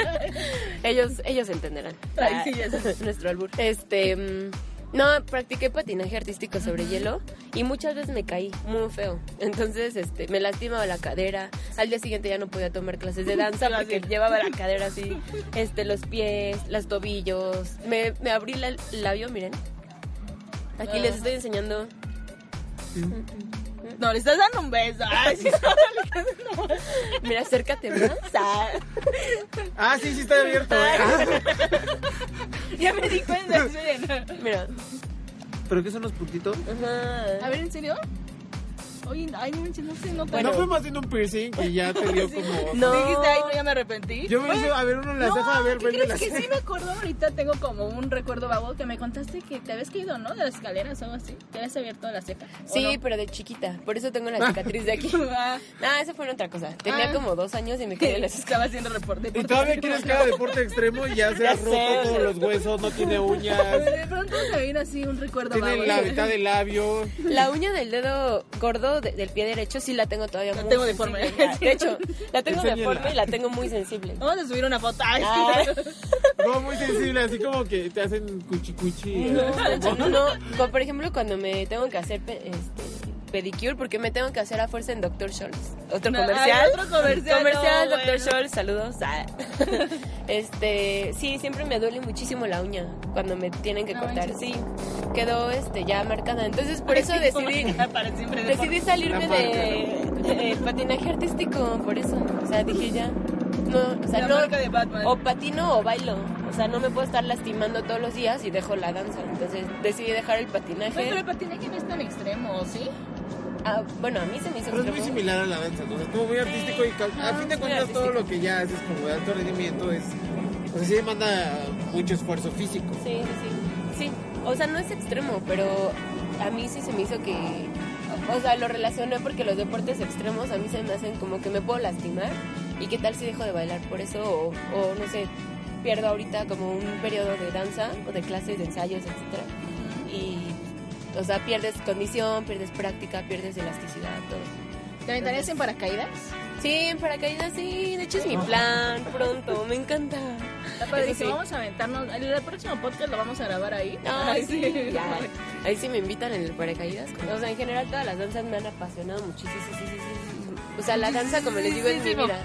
[SPEAKER 2] *laughs* ellos, ellos entenderán. Ah,
[SPEAKER 4] Ay, sí, ya sé.
[SPEAKER 2] Nuestro albur. Este, mm, no, practiqué patinaje artístico sobre hielo y muchas veces me caí muy feo. Entonces, este, me lastimaba la cadera. Al día siguiente ya no podía tomar clases de danza porque llevaba la cadera así, este, los pies, los tobillos. Me, me abrí la- el labio, miren.
[SPEAKER 4] Ah.
[SPEAKER 2] Aquí les estoy enseñando.
[SPEAKER 4] No, le estás dando un beso. Ay, sí,
[SPEAKER 2] Mira, acércate
[SPEAKER 4] *laughs*
[SPEAKER 2] más.
[SPEAKER 3] Ah, sí, sí está abierto. ¿eh?
[SPEAKER 2] Ah.
[SPEAKER 3] *laughs*
[SPEAKER 4] ya me di cuenta, miren.
[SPEAKER 2] Mira.
[SPEAKER 3] ¿Pero qué son los puntitos?
[SPEAKER 4] A
[SPEAKER 2] Ajá.
[SPEAKER 4] ver, ¿en serio? Oye, ay, no manches, no sé, no
[SPEAKER 3] No
[SPEAKER 4] pero...
[SPEAKER 3] fue más bien un piercing que ya te dio como...
[SPEAKER 2] No.
[SPEAKER 4] Dijiste, ay, no, ya me arrepentí.
[SPEAKER 3] Yo me hice, a ver, uno en la ceja, a ver,
[SPEAKER 4] ¿qué
[SPEAKER 3] ven de
[SPEAKER 4] crees
[SPEAKER 3] la
[SPEAKER 4] que
[SPEAKER 3] ceja. *laughs*
[SPEAKER 4] sí me acuerdo ahorita? Tengo como un recuerdo vago que me contaste que te habías caído, ¿no? De las escaleras o algo así. Te habías abierto la ceja. *laughs* ¿o
[SPEAKER 2] Sí,
[SPEAKER 4] no?
[SPEAKER 2] pero de chiquita. Por eso tengo la cicatriz de *laughs* aquí.
[SPEAKER 4] Ah,
[SPEAKER 2] Ah, esa fue otra cosa. Tenía
[SPEAKER 4] Ah.
[SPEAKER 2] como dos años y me caí en *laughs* las escaleras.
[SPEAKER 4] estaba haciendo reporte.
[SPEAKER 3] Y todavía quieres que haga deporte extremo y ya se
[SPEAKER 2] Ya
[SPEAKER 3] ha
[SPEAKER 2] sé,
[SPEAKER 3] roto
[SPEAKER 2] o sea.
[SPEAKER 3] todos los huesos, no
[SPEAKER 2] *laughs*
[SPEAKER 3] tiene uñas,
[SPEAKER 4] De pronto se vino así un recuerdo vago.
[SPEAKER 3] tiene la mitad del labio.
[SPEAKER 2] La uña del dedo gordo de- del pie derecho sí la tengo todavía
[SPEAKER 4] La
[SPEAKER 2] muy
[SPEAKER 4] tengo deforme.
[SPEAKER 2] sensible. De hecho, la tengo
[SPEAKER 3] Enséñala.
[SPEAKER 2] deforme y la tengo muy sensible.
[SPEAKER 4] *laughs* Vamos a subir una foto. Ay, sí.
[SPEAKER 2] Ah,
[SPEAKER 4] *laughs*
[SPEAKER 3] No, muy sensible, así como que te hacen cuchi cuchi. ¿eh?
[SPEAKER 2] no, manches, no, no. *laughs* Como, por ejemplo, cuando me tengo que hacer pe- este, pedicure, porque me tengo que hacer a fuerza en Dr. Scholz. Otro
[SPEAKER 4] No,
[SPEAKER 2] comercial.
[SPEAKER 4] ay, otro comercial,
[SPEAKER 2] Comercial,
[SPEAKER 4] no,
[SPEAKER 2] Dr.
[SPEAKER 4] bueno.
[SPEAKER 2] Scholz, saludos.
[SPEAKER 4] *laughs*
[SPEAKER 2] Ah. Este, sí, siempre me duele muchísimo la uña cuando me tienen que
[SPEAKER 4] No
[SPEAKER 2] cortar.
[SPEAKER 4] manches.
[SPEAKER 2] Sí, quedó este, ya marcada. Entonces, por eso decidí.
[SPEAKER 4] *laughs* Para siempre
[SPEAKER 2] Decidí salirme de, de patinaje artístico, por eso. O sea, dije ya. No, o sea,
[SPEAKER 4] La
[SPEAKER 2] no.
[SPEAKER 4] marca de Batman.
[SPEAKER 2] O patino o bailo. O sea, no me puedo estar lastimando todos los días y dejo la danza. Entonces decidí dejar el
[SPEAKER 4] Pues, pero el
[SPEAKER 2] patinaje.
[SPEAKER 4] patinaje no es tan extremo, ¿sí?
[SPEAKER 2] Ah, bueno, a mí se me hizo
[SPEAKER 3] Pero es muy
[SPEAKER 2] extremo.
[SPEAKER 3] similar a la danza, ¿no? O sea, es como muy artístico y cal- a fin de
[SPEAKER 2] Ah, muy
[SPEAKER 3] cuentas todo
[SPEAKER 2] artístico.
[SPEAKER 3] lo que ya haces como de alto rendimiento es... O sea, sí demanda mucho esfuerzo físico.
[SPEAKER 2] Sí, sí, sí. Sí. O sea, no es extremo, pero a mí sí se me hizo que. O sea, lo relacioné porque los deportes extremos a mí se me hacen como que me puedo lastimar. ¿Y qué tal si dejo de bailar por eso? O, o, no sé, pierdo ahorita como un periodo de danza o de clases, de ensayos, etcétera Y, o sea, pierdes condición, pierdes práctica, pierdes elasticidad, todo.
[SPEAKER 4] ¿Te aventarías en paracaídas?
[SPEAKER 2] Sí, en paracaídas sí. De hecho, es mi plan pronto. Me encanta.
[SPEAKER 4] Está padrísimo.
[SPEAKER 2] Eso sí.
[SPEAKER 4] Vamos a aventarnos. El, el próximo podcast lo vamos a grabar ahí. *laughs*
[SPEAKER 2] Ay, sí. ya. Ahí sí me invitan en el paracaídas. O sea, en general todas las danzas me han apasionado muchísimo. sí, sí, sí, sí, sí. O sea, la danza, como les digo, es mi
[SPEAKER 4] Muchísimo.
[SPEAKER 2] vida.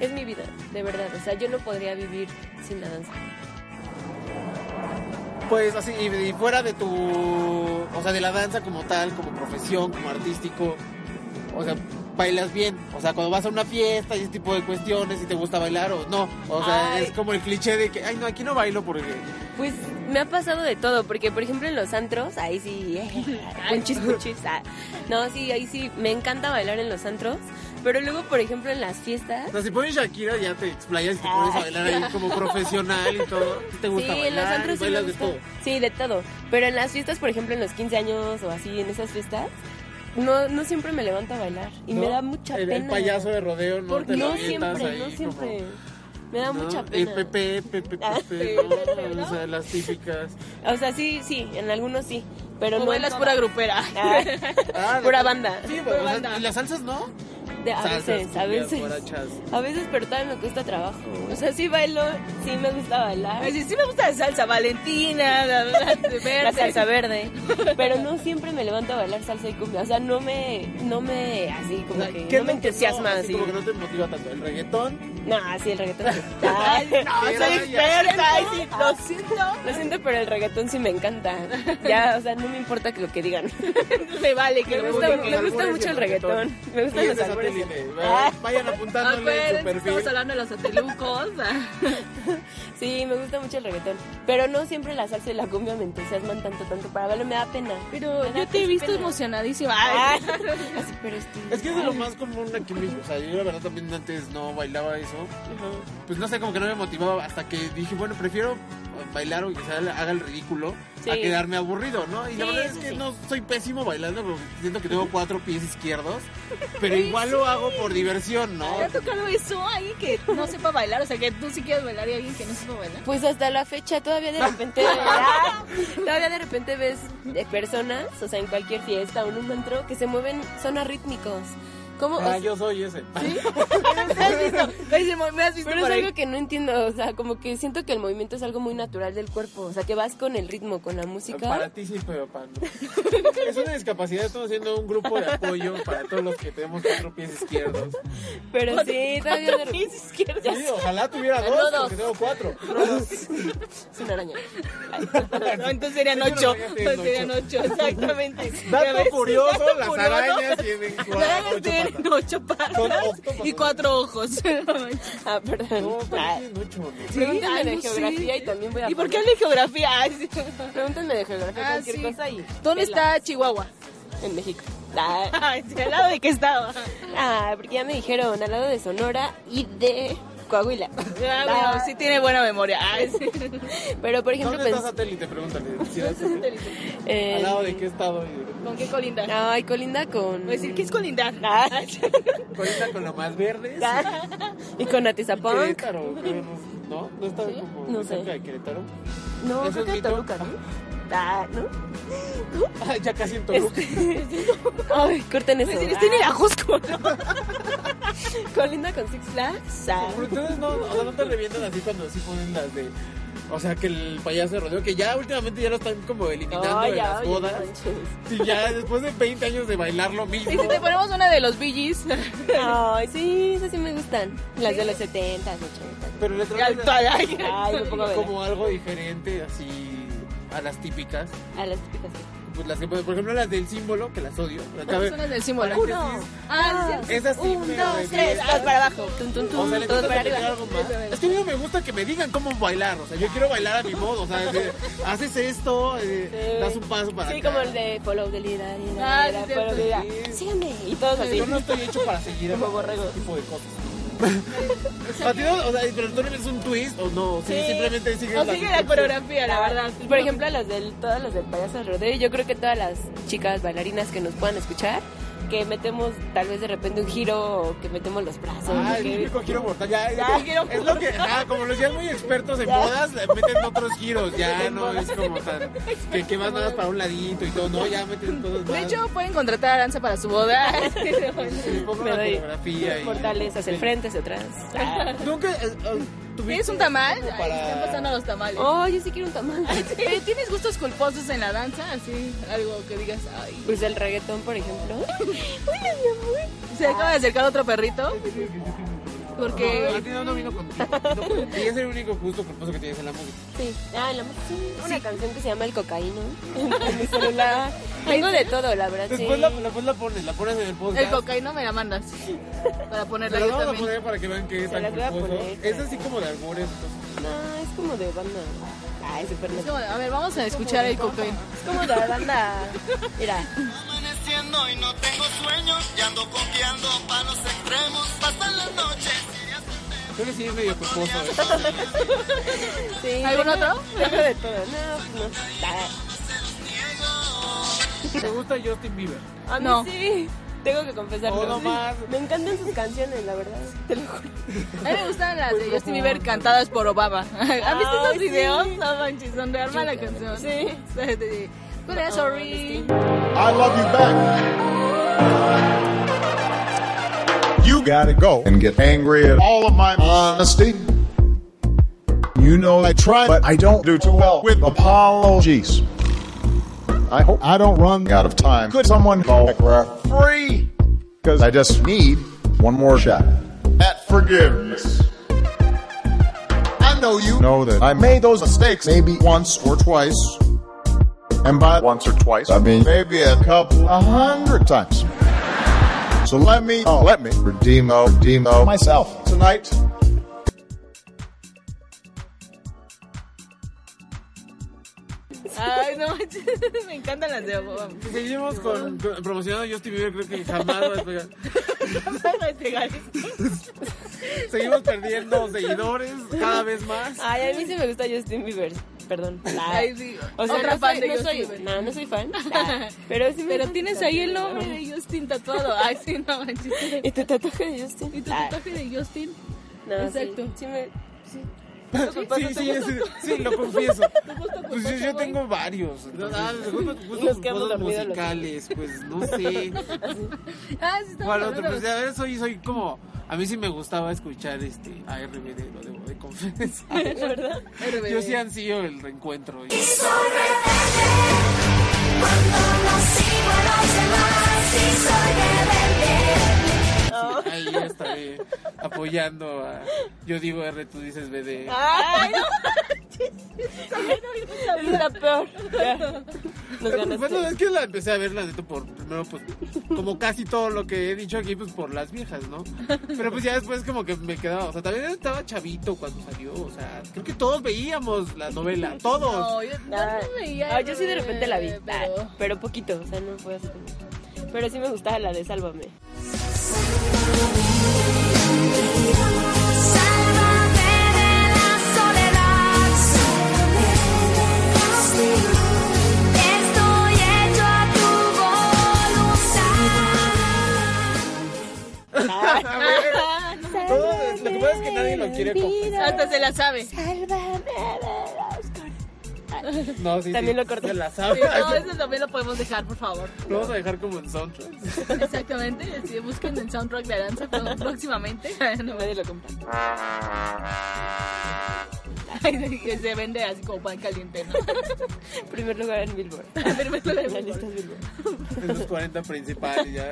[SPEAKER 2] Es mi vida, de verdad. O sea, yo no podría vivir sin la danza.
[SPEAKER 3] Pues así, y, y fuera de tu... O sea, de la danza como tal, como profesión, como artístico. O sea, bailas bien. O sea, cuando vas a una fiesta y ese tipo de cuestiones, si te gusta bailar o no. O sea,
[SPEAKER 2] Ay.
[SPEAKER 3] es como el cliché de que, ay, no, aquí no bailo porque...
[SPEAKER 2] Pues me ha pasado de todo, porque por ejemplo en los antros, ahí sí, *laughs* eh, punchis, punchis, ah. No, sí, ahí sí, me encanta bailar en los antros, pero luego por ejemplo en las fiestas,
[SPEAKER 3] O sea, si pones Shakira ya te explayas y te pones a bailar ahí como profesional y todo. Sí Te gusta
[SPEAKER 2] sí,
[SPEAKER 3] bailar,
[SPEAKER 2] en los antros sí me
[SPEAKER 3] bailas de
[SPEAKER 2] gusta.
[SPEAKER 3] todo.
[SPEAKER 2] Sí, de todo. Pero en las fiestas, por ejemplo, en los 15 años o así, en esas fiestas, no, no siempre me levanto a bailar. Y
[SPEAKER 3] ¿no?
[SPEAKER 2] me da mucha
[SPEAKER 3] el, el
[SPEAKER 2] pena.
[SPEAKER 3] payaso de rodeo no
[SPEAKER 2] Porque
[SPEAKER 3] te lo
[SPEAKER 2] no
[SPEAKER 3] avientas
[SPEAKER 2] siempre,
[SPEAKER 3] ahí
[SPEAKER 2] no
[SPEAKER 3] como-
[SPEAKER 2] siempre. Me da
[SPEAKER 3] ¿no?
[SPEAKER 2] mucha pena.
[SPEAKER 3] Eh, Pepe, Pepe,
[SPEAKER 2] Ah,
[SPEAKER 3] Pepe,
[SPEAKER 2] Pepe, *laughs*
[SPEAKER 3] ¿no?
[SPEAKER 2] ¿no?
[SPEAKER 3] O sea, las típicas.
[SPEAKER 2] O sea, sí, sí, en algunos sí. Pero no en
[SPEAKER 4] Novelas
[SPEAKER 2] todas.
[SPEAKER 4] pura grupera.
[SPEAKER 2] Ah,
[SPEAKER 3] Ah,
[SPEAKER 2] pura
[SPEAKER 3] la-
[SPEAKER 2] banda.
[SPEAKER 3] Sí,
[SPEAKER 4] Pura
[SPEAKER 3] o sea,
[SPEAKER 4] banda.
[SPEAKER 3] ¿Y las salsas no?
[SPEAKER 2] De- a
[SPEAKER 3] Salsas,
[SPEAKER 2] veces, a
[SPEAKER 3] cumbias,
[SPEAKER 2] veces.
[SPEAKER 3] guarachas.
[SPEAKER 2] A veces, pero todavía me cuesta trabajo. O sea, sí bailo, sí me gusta bailar.
[SPEAKER 4] Ay, sí, sí me gusta la salsa Valentina, la, la- de
[SPEAKER 2] *laughs*
[SPEAKER 4] verde.
[SPEAKER 2] La salsa verde. Pero no siempre me levanto a bailar salsa y cumbia. O sea, no me, no me, así
[SPEAKER 3] O
[SPEAKER 2] como
[SPEAKER 3] sea,
[SPEAKER 2] que,
[SPEAKER 3] ¿qué
[SPEAKER 2] no me
[SPEAKER 3] es lo que
[SPEAKER 2] entusiasma
[SPEAKER 3] no?
[SPEAKER 2] así.
[SPEAKER 3] Como que no te motiva tanto. El reggaetón.
[SPEAKER 2] No, así el reggaetón. sí.
[SPEAKER 4] *laughs* Ay, no,
[SPEAKER 3] Pero
[SPEAKER 4] soy
[SPEAKER 3] ya-
[SPEAKER 4] experta. Ay, sí, lo siento.
[SPEAKER 2] Lo siento, pero el reggaetón sí me encanta. Ya, o sea, no me importa que lo que digan.
[SPEAKER 4] *laughs* Me vale que
[SPEAKER 2] Me
[SPEAKER 4] me
[SPEAKER 2] gusta,
[SPEAKER 4] gusta.
[SPEAKER 2] me gusta mucho el reggaetón. Me gustan
[SPEAKER 3] Oye,
[SPEAKER 2] los
[SPEAKER 3] de
[SPEAKER 2] albores.
[SPEAKER 3] satélite.
[SPEAKER 2] Ah.
[SPEAKER 3] Vayan apuntándole en su
[SPEAKER 4] Acuérdense, estamos
[SPEAKER 3] perfil.
[SPEAKER 4] hablando de los satelucos.
[SPEAKER 2] Sí, me gusta mucho el reggaetón. Pero no siempre la salsa y la cumbia me entusiasman tanto, tanto para verlo. Me da pena. Me
[SPEAKER 4] Pero
[SPEAKER 2] da
[SPEAKER 4] yo te he visto
[SPEAKER 2] pena.
[SPEAKER 4] emocionadísima.
[SPEAKER 2] Ah,
[SPEAKER 4] Ay,
[SPEAKER 2] así, pero estoy-
[SPEAKER 3] Es que es de lo más común aquí mismo. O sea, yo la verdad también antes no bailaba eso.
[SPEAKER 2] Ajá.
[SPEAKER 3] Pues no sé, como que no me motivaba hasta que dije, bueno, prefiero bailar o que sea, haga el ridículo
[SPEAKER 2] Sí.
[SPEAKER 3] a quedarme aburrido, ¿no? Y la
[SPEAKER 2] Sí,
[SPEAKER 3] verdad es
[SPEAKER 2] eso
[SPEAKER 3] que
[SPEAKER 2] sí.
[SPEAKER 3] no soy pésimo bailando, pero siento que tengo cuatro
[SPEAKER 2] *laughs*
[SPEAKER 3] pies izquierdos, pero igual lo hago por diversión, ¿no?
[SPEAKER 4] ¿Te ha tocado eso a alguien que no sepa bailar? O sea, que tú sí quieres bailar y alguien que no sepa bailar.
[SPEAKER 2] Pues hasta la fecha todavía de
[SPEAKER 4] *laughs*
[SPEAKER 2] repente Ah, todavía de repente ves eh, personas, o sea, en cualquier fiesta o en un antro que se mueven zonas rítmicos. ¿Cómo? O
[SPEAKER 3] Ah,
[SPEAKER 2] sea,
[SPEAKER 3] yo soy ese.
[SPEAKER 4] ¿Me has visto? Me dice, ¿me has visto
[SPEAKER 2] Pero es
[SPEAKER 4] por ahí?
[SPEAKER 2] algo que no entiendo, o sea, como que siento que el movimiento es algo muy natural del cuerpo, o sea, que vas con el ritmo, con la música.
[SPEAKER 3] Para ti sí, pero para
[SPEAKER 2] *laughs*
[SPEAKER 3] no. Es una discapacidad, estamos haciendo un grupo de apoyo para todos los que tenemos cuatro pies izquierdos.
[SPEAKER 2] Pero sí,
[SPEAKER 4] *laughs*
[SPEAKER 2] todavía de repente
[SPEAKER 4] Pies izquierdos.
[SPEAKER 3] Sí, ojalá tuviera dos,
[SPEAKER 4] No, dos.
[SPEAKER 3] porque tengo cuatro.
[SPEAKER 2] es una araña.
[SPEAKER 4] No, entonces serían
[SPEAKER 3] Eso no
[SPEAKER 4] ocho.
[SPEAKER 3] vaya a ser
[SPEAKER 4] Entonces serían
[SPEAKER 3] ocho.
[SPEAKER 4] ocho, *laughs* exactamente. Ya
[SPEAKER 3] Dato
[SPEAKER 4] ves,
[SPEAKER 3] curioso,
[SPEAKER 4] dato
[SPEAKER 3] las
[SPEAKER 4] curioso.
[SPEAKER 3] arañas *laughs*
[SPEAKER 4] *laughs*
[SPEAKER 3] tienen cuatro,
[SPEAKER 4] Las arañas
[SPEAKER 3] ocho
[SPEAKER 4] tienen
[SPEAKER 3] patas.
[SPEAKER 4] ocho
[SPEAKER 3] Son
[SPEAKER 4] patas
[SPEAKER 3] octópatas.
[SPEAKER 4] y cuatro ojos. *laughs*
[SPEAKER 2] Ah, perdón.
[SPEAKER 3] No, pues,
[SPEAKER 2] Ah,
[SPEAKER 3] pero tienen ocho, ¿no?
[SPEAKER 4] Sí,
[SPEAKER 2] Pregúntame
[SPEAKER 4] ay,
[SPEAKER 2] de
[SPEAKER 4] no sé.
[SPEAKER 2] geografía y también voy a
[SPEAKER 4] ¿Y por qué
[SPEAKER 2] poner-
[SPEAKER 4] habla de geografía? *laughs* Ay, sí.
[SPEAKER 2] Pregúntame de geografía
[SPEAKER 4] Ah,
[SPEAKER 2] cualquier
[SPEAKER 4] sí.
[SPEAKER 2] cosa y
[SPEAKER 4] ¿Dónde
[SPEAKER 2] Tela.
[SPEAKER 4] está Chihuahua?
[SPEAKER 2] En México. Ah.
[SPEAKER 4] Ay, sí, ¿Al lado de qué estaba?
[SPEAKER 2] Ah, porque ya me dijeron, al lado de Sonora y de Coahuila.
[SPEAKER 4] Ah,
[SPEAKER 2] Ah,
[SPEAKER 4] bueno, sí tiene buena memoria. Ay, sí.
[SPEAKER 2] Pero, por ejemplo,
[SPEAKER 3] ¿Dónde está
[SPEAKER 2] pens-
[SPEAKER 3] satélite? Pregúntale. Sí, satélite.
[SPEAKER 2] eh,
[SPEAKER 3] ¿Al lado de qué estado? Y de-
[SPEAKER 4] ¿Con qué colindar? Voy
[SPEAKER 2] Ay, colinda con...
[SPEAKER 4] a decir que es colindar.
[SPEAKER 2] Ah.
[SPEAKER 4] Ay, sí.
[SPEAKER 3] Conecta con lo más verde.
[SPEAKER 2] Ah, y con Atizapán.
[SPEAKER 3] Querétaro, creo, no, ¿no? ¿No está como
[SPEAKER 2] No
[SPEAKER 3] cerca
[SPEAKER 2] sé.
[SPEAKER 3] de Querétaro?
[SPEAKER 2] No,
[SPEAKER 3] ¿Eso
[SPEAKER 2] creo
[SPEAKER 3] es
[SPEAKER 2] que
[SPEAKER 3] mito?
[SPEAKER 2] Toluca, ¿no? Ah, ¿no? Este.
[SPEAKER 3] Ah, ya casi en Toluca.
[SPEAKER 2] Ay, corten
[SPEAKER 4] Voy
[SPEAKER 2] eso.
[SPEAKER 4] a decir,
[SPEAKER 2] Ah,
[SPEAKER 4] está en el ajusco. ¿no?
[SPEAKER 2] *laughs* Colinda con Six Flags. Ah,
[SPEAKER 3] Pero ustedes no, o sea, no te revientan así cuando sí ponen las de... O sea, que el payaso rodeó, que ya últimamente ya lo están como eliminando
[SPEAKER 2] Ay,
[SPEAKER 3] de
[SPEAKER 2] ya,
[SPEAKER 3] las
[SPEAKER 2] oye, no
[SPEAKER 3] bodas.
[SPEAKER 2] manches.
[SPEAKER 3] Sí, ya después de 20 años de bailar lo mismo.
[SPEAKER 4] Y si te ponemos una de los BGs,
[SPEAKER 2] Ay, sí, esas sí me gustan. Las de los 70,
[SPEAKER 4] *laughs*
[SPEAKER 2] 80.
[SPEAKER 3] Pero le traen
[SPEAKER 4] ay,
[SPEAKER 2] Ay, me pongo a bailar.
[SPEAKER 3] como algo diferente, así a las típicas.
[SPEAKER 2] A las típicas. sí.
[SPEAKER 3] Pues las que, por ejemplo, las del símbolo, que las odio. Las cabe-
[SPEAKER 4] Son las del símbolo.
[SPEAKER 2] Uno,
[SPEAKER 4] Ah, sí, sí.
[SPEAKER 3] Esas sí
[SPEAKER 2] un,
[SPEAKER 3] me
[SPEAKER 2] dos, tres,
[SPEAKER 3] revientan.
[SPEAKER 2] todos para abajo. Tum, tum, tum,
[SPEAKER 3] O sea, le
[SPEAKER 2] todos
[SPEAKER 3] tengo
[SPEAKER 2] para
[SPEAKER 3] que
[SPEAKER 2] arriba.
[SPEAKER 3] meter algo más.
[SPEAKER 4] Eso, eso.
[SPEAKER 3] Es que a mí no me gusta que me digan cómo bailar. O sea, yo quiero bailar a mi modo. O sea, de- haces esto, eh,
[SPEAKER 2] Sí.
[SPEAKER 3] das un paso para
[SPEAKER 2] Sí,
[SPEAKER 3] acá.
[SPEAKER 2] como el de follow the leader, leader,
[SPEAKER 4] Ah,
[SPEAKER 2] leader,
[SPEAKER 4] sí,
[SPEAKER 2] follow the
[SPEAKER 4] cierto.
[SPEAKER 2] leader. Síganme. Y todos así.
[SPEAKER 3] Yo no estoy hecho para seguir a
[SPEAKER 2] Como borrego.
[SPEAKER 3] ese tipo de cosas. ¿A ti no? O sea, pero tú no eres un twist o no. Sí,
[SPEAKER 4] Sí.
[SPEAKER 3] simplemente sigues
[SPEAKER 4] O
[SPEAKER 3] las
[SPEAKER 4] sigue la
[SPEAKER 3] instrucciones.
[SPEAKER 4] coreografía, la verdad.
[SPEAKER 2] Por ejemplo, los del, todos los del payaso del rodeo, yo creo que todas las chicas bailarinas que nos puedan escuchar, que metemos tal vez de repente un giro o que metemos los brazos.
[SPEAKER 3] Ah,
[SPEAKER 2] o
[SPEAKER 3] el
[SPEAKER 2] que-
[SPEAKER 3] típico giro mortal. Ya,
[SPEAKER 4] Ya,
[SPEAKER 3] es-
[SPEAKER 4] giro
[SPEAKER 3] es lo que, ah, como los ya muy expertos en
[SPEAKER 2] Ya.
[SPEAKER 3] bodas, le meten otros giros. Ya no es como tan. Que, que vas nada más para un ladito y todo. No, ya meten todos
[SPEAKER 4] De hecho, pueden contratar a Aranza para su
[SPEAKER 3] *laughs*
[SPEAKER 4] boda.
[SPEAKER 3] le pongo
[SPEAKER 2] me
[SPEAKER 3] una
[SPEAKER 2] doy
[SPEAKER 3] coreografía y-
[SPEAKER 2] Mortales hacia el frente, hacia atrás. Ah.
[SPEAKER 3] Nunca eh, eh, tuviste.
[SPEAKER 4] ¿Tienes un tamal?
[SPEAKER 3] tiempo
[SPEAKER 4] Ay, están pasando los tamales.
[SPEAKER 2] Oh, yo sí quiero un tamal.
[SPEAKER 4] Eh, ¿Tienes gustos culposos en la danza? Así, algo que digas, ay.
[SPEAKER 2] Pues el reggaetón, por ejemplo.
[SPEAKER 4] Se
[SPEAKER 2] Ah,
[SPEAKER 4] acaba de acercar otro perrito. Porque.
[SPEAKER 3] No, a ti no, no vino contigo. No, y es el único gusto culposo que tienes en la música.
[SPEAKER 2] Sí. Ah, la sí. Una canción que se llama El cocaíno. *laughs* en mi
[SPEAKER 3] *laughs*
[SPEAKER 2] celular. Tengo de todo, la verdad.
[SPEAKER 3] Después
[SPEAKER 2] sí.
[SPEAKER 3] la, la- pues la pones, la pones en el podcast.
[SPEAKER 4] El cocaíno me la mandas. Para ponerla
[SPEAKER 3] Pero
[SPEAKER 4] yo
[SPEAKER 3] la vamos a
[SPEAKER 4] también.
[SPEAKER 3] poner para que vean que es
[SPEAKER 2] Se
[SPEAKER 3] tan
[SPEAKER 2] las voy a
[SPEAKER 3] culposo.
[SPEAKER 2] poner.
[SPEAKER 3] Es así como de albores. entonces.
[SPEAKER 2] No, es como de banda. Ay, súper
[SPEAKER 4] Es
[SPEAKER 2] neta.
[SPEAKER 4] como, a ver, vamos a escuchar el cocaíno.
[SPEAKER 2] Es como de banda. Mira.
[SPEAKER 5] Amaneciendo y no tengo sueño, y ando copiando pa' los extremos, pasan las noches y ya se
[SPEAKER 3] Creo que sí es medio culposo. ¿eh?
[SPEAKER 2] Sí,
[SPEAKER 4] ¿Algún
[SPEAKER 2] tengo-
[SPEAKER 4] otro?
[SPEAKER 2] Tengo de todo. No, no. Ah,
[SPEAKER 3] ¿Te gusta Justin Bieber?
[SPEAKER 2] A mí
[SPEAKER 4] No.
[SPEAKER 2] sí. Tengo que confesarlo.
[SPEAKER 3] Oh, no
[SPEAKER 2] Sí.
[SPEAKER 3] más.
[SPEAKER 2] Me encantan sus canciones, la verdad. Te lo juro.
[SPEAKER 4] A mí me gustan las de Justin Bieber cantadas por Obama. *laughs* ¿Has visto
[SPEAKER 2] Ay,
[SPEAKER 4] esos
[SPEAKER 2] sí.
[SPEAKER 4] videos? No manches, donde arma la canción. *laughs* Sí. Pero sorry.
[SPEAKER 6] I love you back. You gotta go and get angry at all of my honesty. You know I try, but I don't do too well with apologies. I hope I don't run out of time. Could someone call free? Because I just need one more shot at forgiveness. I know you know that I made those mistakes maybe once or twice. And by once or twice, I mean maybe a couple, a hundred times. So let me, oh, let me redeem, oh, redeem oh, myself tonight.
[SPEAKER 4] Ay, no manches. Me encantan las de Obama.
[SPEAKER 3] Si seguimos con, con- promocionando Justin Bieber, creo que jamás va a pegar. Seguimos perdiendo seguidores cada vez más.
[SPEAKER 2] Ay, a mí sí me gusta Justin Bieber. Perdón.
[SPEAKER 4] Ay, sí.
[SPEAKER 2] O sea,
[SPEAKER 4] Otra
[SPEAKER 2] no
[SPEAKER 4] fan
[SPEAKER 2] soy,
[SPEAKER 4] de
[SPEAKER 2] no
[SPEAKER 4] Justin
[SPEAKER 2] soy-
[SPEAKER 4] Bieber.
[SPEAKER 2] no, no soy fan. *laughs* Ah, Pero sí me
[SPEAKER 4] Pero
[SPEAKER 2] gusta.
[SPEAKER 4] tienes ahí el nombre de
[SPEAKER 2] *laughs*
[SPEAKER 4] Justin tatuado. Ay, sí, no manches.
[SPEAKER 2] ¿Y tu tatuaje de Justin?
[SPEAKER 4] ¿Y tu
[SPEAKER 2] Ah,
[SPEAKER 4] tatuaje de Justin?
[SPEAKER 2] no, sí.
[SPEAKER 4] Exacto.
[SPEAKER 2] Sí me-
[SPEAKER 3] Sí, sí, sí, sí, lo confieso. Pues yo, yo tengo varios. Entonces, ah, gustos-
[SPEAKER 2] Nos
[SPEAKER 3] gustos
[SPEAKER 2] quedamos dormidos
[SPEAKER 3] gustos
[SPEAKER 2] los
[SPEAKER 3] musicales, pues no sé.
[SPEAKER 4] Ah, sí, estamos
[SPEAKER 3] ¿Cuál otro?
[SPEAKER 4] hablando
[SPEAKER 3] Pues
[SPEAKER 4] de-
[SPEAKER 3] a ver, soy, soy como. A mí sí me gustaba escuchar este ARBD, lo debo de confesar.
[SPEAKER 2] ¿Verdad?
[SPEAKER 3] *laughs*
[SPEAKER 4] RBD.
[SPEAKER 3] Yo sí ansío el reencuentro. Sí, ahí yo estaré apoyando a. Yo digo R, tú dices BD.
[SPEAKER 2] Ah, Ay, *laughs* no. Es la *laughs* peor. Ya. Nos
[SPEAKER 3] Bueno,
[SPEAKER 2] ganaste.
[SPEAKER 3] es que la empecé a ver la neta por primero, pues, como casi todo lo que he dicho aquí, pues por las viejas, ¿no? Pero pues ya después como que me quedaba, o sea, también estaba chavito cuando salió, o sea, creo que todos veíamos la novela, todos. *laughs*
[SPEAKER 4] No, yo no,
[SPEAKER 2] Ah,
[SPEAKER 4] no veía. Eh,
[SPEAKER 2] ah, yo sí de repente la vi, ah,
[SPEAKER 4] pero-
[SPEAKER 2] pero... poquito, o sea, no fue así como... Pero sí me gustaba la de Sálvame. *laughs*
[SPEAKER 7] Sálvame de la soledad. Estoy hecho a tu
[SPEAKER 3] Ah,
[SPEAKER 7] voluntad.
[SPEAKER 3] A ver, todos, lo que pasa es que nadie lo quiere confesar.
[SPEAKER 4] Hasta se la sabe.
[SPEAKER 3] No, sí,
[SPEAKER 2] También
[SPEAKER 3] sí,
[SPEAKER 2] lo corté.
[SPEAKER 3] se la
[SPEAKER 4] Sí,
[SPEAKER 3] sabe.
[SPEAKER 4] no, eso también lo podemos dejar, por favor.
[SPEAKER 3] Lo vamos a dejar como en soundtracks.
[SPEAKER 4] Exactamente, sí, busquen el soundtrack de Aranza pro- próximamente. No,
[SPEAKER 2] Nadie lo compra.
[SPEAKER 4] que se vende así como pan caliente, ¿no?
[SPEAKER 2] Primer lugar en Billboard.
[SPEAKER 4] En primer lugar en
[SPEAKER 2] La
[SPEAKER 4] Billboard.
[SPEAKER 2] lista es Billboard.
[SPEAKER 3] *laughs* En los 40 principales ya.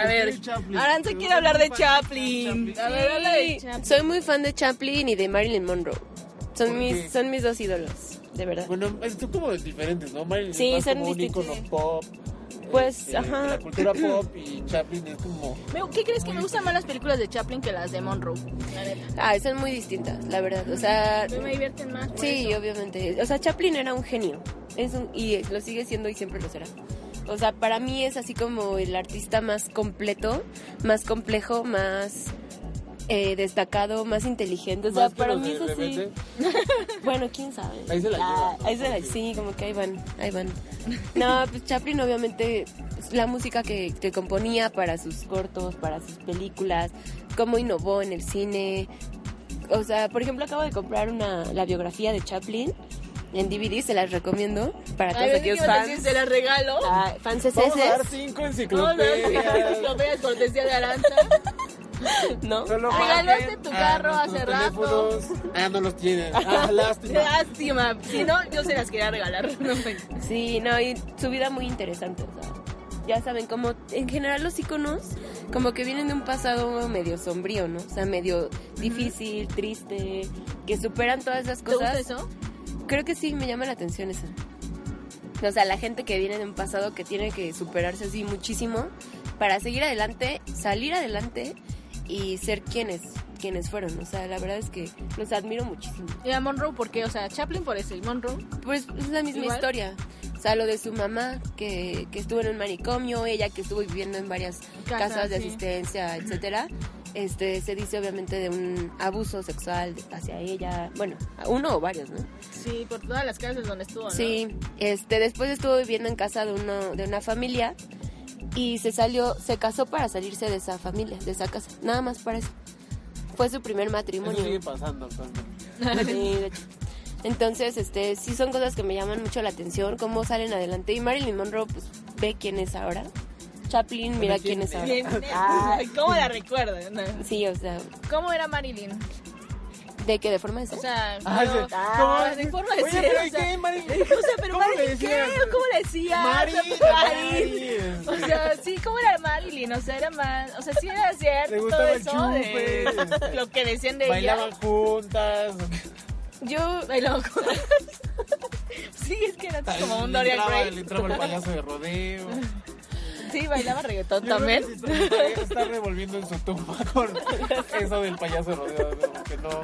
[SPEAKER 4] A ver,
[SPEAKER 3] Chaplin.
[SPEAKER 4] Aranza quiere hablar de Chaplin. A ver, habla de
[SPEAKER 2] Sí,
[SPEAKER 4] Chaplin.
[SPEAKER 2] Soy muy fan de Chaplin y de Marilyn Monroe. Son
[SPEAKER 3] ¿Por
[SPEAKER 2] mis,
[SPEAKER 3] qué?
[SPEAKER 2] son mis dos ídolos, de verdad.
[SPEAKER 3] Bueno, es- son como diferentes, ¿no? Marilyn
[SPEAKER 2] Sí,
[SPEAKER 3] es más
[SPEAKER 2] son
[SPEAKER 3] como un
[SPEAKER 2] distintos.
[SPEAKER 3] ícono pop.
[SPEAKER 2] Pues,
[SPEAKER 3] este, de
[SPEAKER 2] ajá.
[SPEAKER 3] La
[SPEAKER 4] *clears throat*
[SPEAKER 3] cultura pop y Chaplin es como...
[SPEAKER 4] Me- ¿Qué crees que me gustan más las películas de Chaplin que las de Monroe? *laughs* La neta.
[SPEAKER 2] Ah, son muy distintas, la verdad. O sea,
[SPEAKER 4] Me divierten más. por
[SPEAKER 2] sí, obviamente. O sea, Chaplin era un genio. Es un- y lo sigue siendo y siempre lo será. O sea, para mí es así como el artista más completo, más complejo, más eh, destacado, más inteligente. O sea,
[SPEAKER 3] más que
[SPEAKER 2] para
[SPEAKER 3] los
[SPEAKER 2] mí
[SPEAKER 3] de
[SPEAKER 2] es así.
[SPEAKER 3] rebelde.
[SPEAKER 2] Bueno, quién sabe.
[SPEAKER 3] Ahí se la
[SPEAKER 2] Ah,
[SPEAKER 3] lleva.
[SPEAKER 2] ahí se la- sí, como que ahí van, ahí van. No, pues Chaplin obviamente pues, la música que, que componía para sus cortos, para sus películas, cómo innovó en el cine. O sea, por ejemplo, acabo de comprar una la biografía de Chaplin en DVD, se las recomiendo para
[SPEAKER 4] eso.
[SPEAKER 2] todos
[SPEAKER 4] Ay, pensé que
[SPEAKER 2] aquellos
[SPEAKER 4] ibas a decir,
[SPEAKER 2] fans.
[SPEAKER 4] se las regalo.
[SPEAKER 2] Ah, fans
[SPEAKER 3] Vamos a dar
[SPEAKER 2] SS,
[SPEAKER 3] cinco
[SPEAKER 4] No, no,
[SPEAKER 3] enciclopedias.
[SPEAKER 4] lo veas cortesía de Aranza.
[SPEAKER 2] ¿no?
[SPEAKER 3] Solo
[SPEAKER 4] Regalaste
[SPEAKER 3] marquen
[SPEAKER 4] tu
[SPEAKER 3] a
[SPEAKER 4] carro
[SPEAKER 3] nuestros
[SPEAKER 4] hace rato.
[SPEAKER 3] teléfonos. Ah, no los tienen.
[SPEAKER 4] *laughs*
[SPEAKER 3] Ah, lástima.
[SPEAKER 4] Lástima. Si no, yo se las quería regalar. No, manches.
[SPEAKER 2] Sí, no, y su vida muy interesante, o sea, ya saben, como en general los íconos como que vienen de un pasado medio sombrío, ¿no? O sea, medio difícil, triste, que superan todas esas
[SPEAKER 4] ¿Te gusta
[SPEAKER 2] cosas.
[SPEAKER 4] eso?
[SPEAKER 2] Creo que sí, me llama la atención eso. O sea, la gente que viene de un pasado que tiene que superarse así muchísimo para seguir adelante, salir adelante y ser quienes, quienes fueron. O sea, la verdad es que los admiro muchísimo.
[SPEAKER 4] Y a Monroe, ¿por qué? O sea, Chaplin por eso. ¿Y Monroe?
[SPEAKER 2] Pues es la misma
[SPEAKER 4] Igual.
[SPEAKER 2] historia. O sea, lo de su mamá, que, que estuvo en un manicomio, ella que estuvo viviendo en varias
[SPEAKER 4] Casas,
[SPEAKER 2] casas, de
[SPEAKER 4] sí.
[SPEAKER 2] asistencia, etcétera. Este, se dice obviamente de un abuso sexual hacia ella, bueno, uno o varios, ¿no?
[SPEAKER 4] Sí, por todas las *laughs* cárceles donde estuvo, ¿no?
[SPEAKER 2] Sí, este, después estuvo viviendo en casa de uno, de una familia y se salió, se casó para salirse de esa familia, de esa casa, nada más para eso. Fue su primer
[SPEAKER 3] Eso
[SPEAKER 2] matrimonio.
[SPEAKER 3] sigue pasando. actualmente.
[SPEAKER 2] *laughs* Sí, gacho. Entonces, este, sí son cosas que me llaman mucho la atención, cómo salen adelante. Y Marilyn Monroe, pues, ve quién es ahora. Chaplin, mira quién es ahora. Ah,
[SPEAKER 1] Ay, ¿Cómo la recuerdan?
[SPEAKER 2] sí, o sea,
[SPEAKER 4] ¿Cómo era Marilyn?
[SPEAKER 2] de que de forma de ser.
[SPEAKER 4] O sea,
[SPEAKER 3] Ah,
[SPEAKER 4] pero-
[SPEAKER 3] sí. ¿Cómo?
[SPEAKER 4] ah, de forma de
[SPEAKER 3] Oye,
[SPEAKER 4] ser,
[SPEAKER 3] pero
[SPEAKER 4] o
[SPEAKER 3] ¿y
[SPEAKER 4] sea,
[SPEAKER 3] qué, Mari?
[SPEAKER 4] *laughs* O sea, pero
[SPEAKER 3] ¿Cómo le
[SPEAKER 4] Marilyn, ¿qué?
[SPEAKER 3] decías?
[SPEAKER 4] ¿Cómo le decías?
[SPEAKER 3] Mari,
[SPEAKER 4] *laughs* Marilyn.
[SPEAKER 3] Mari.
[SPEAKER 4] O sea, sí, ¿cómo era Marilyn? O sea, era más... O sea, sí era
[SPEAKER 3] Le
[SPEAKER 4] cierto todo
[SPEAKER 3] gustaba el
[SPEAKER 4] eso de
[SPEAKER 3] chupe.
[SPEAKER 4] lo que decían de
[SPEAKER 3] Bailaban
[SPEAKER 4] ella.
[SPEAKER 3] juntas.
[SPEAKER 4] Yo bailaba con... *laughs* Sí, es que era como un
[SPEAKER 3] Le
[SPEAKER 4] Dorian
[SPEAKER 3] entraba-
[SPEAKER 4] Gray.
[SPEAKER 3] Le entraba el payaso de rodeo.
[SPEAKER 4] Sí, bailaba reggaetón
[SPEAKER 3] Yo creo que
[SPEAKER 4] también.
[SPEAKER 3] sí Está, está revolviendo en su tumba *laughs* con eso del payaso de rodeo. ¿no? Porque no.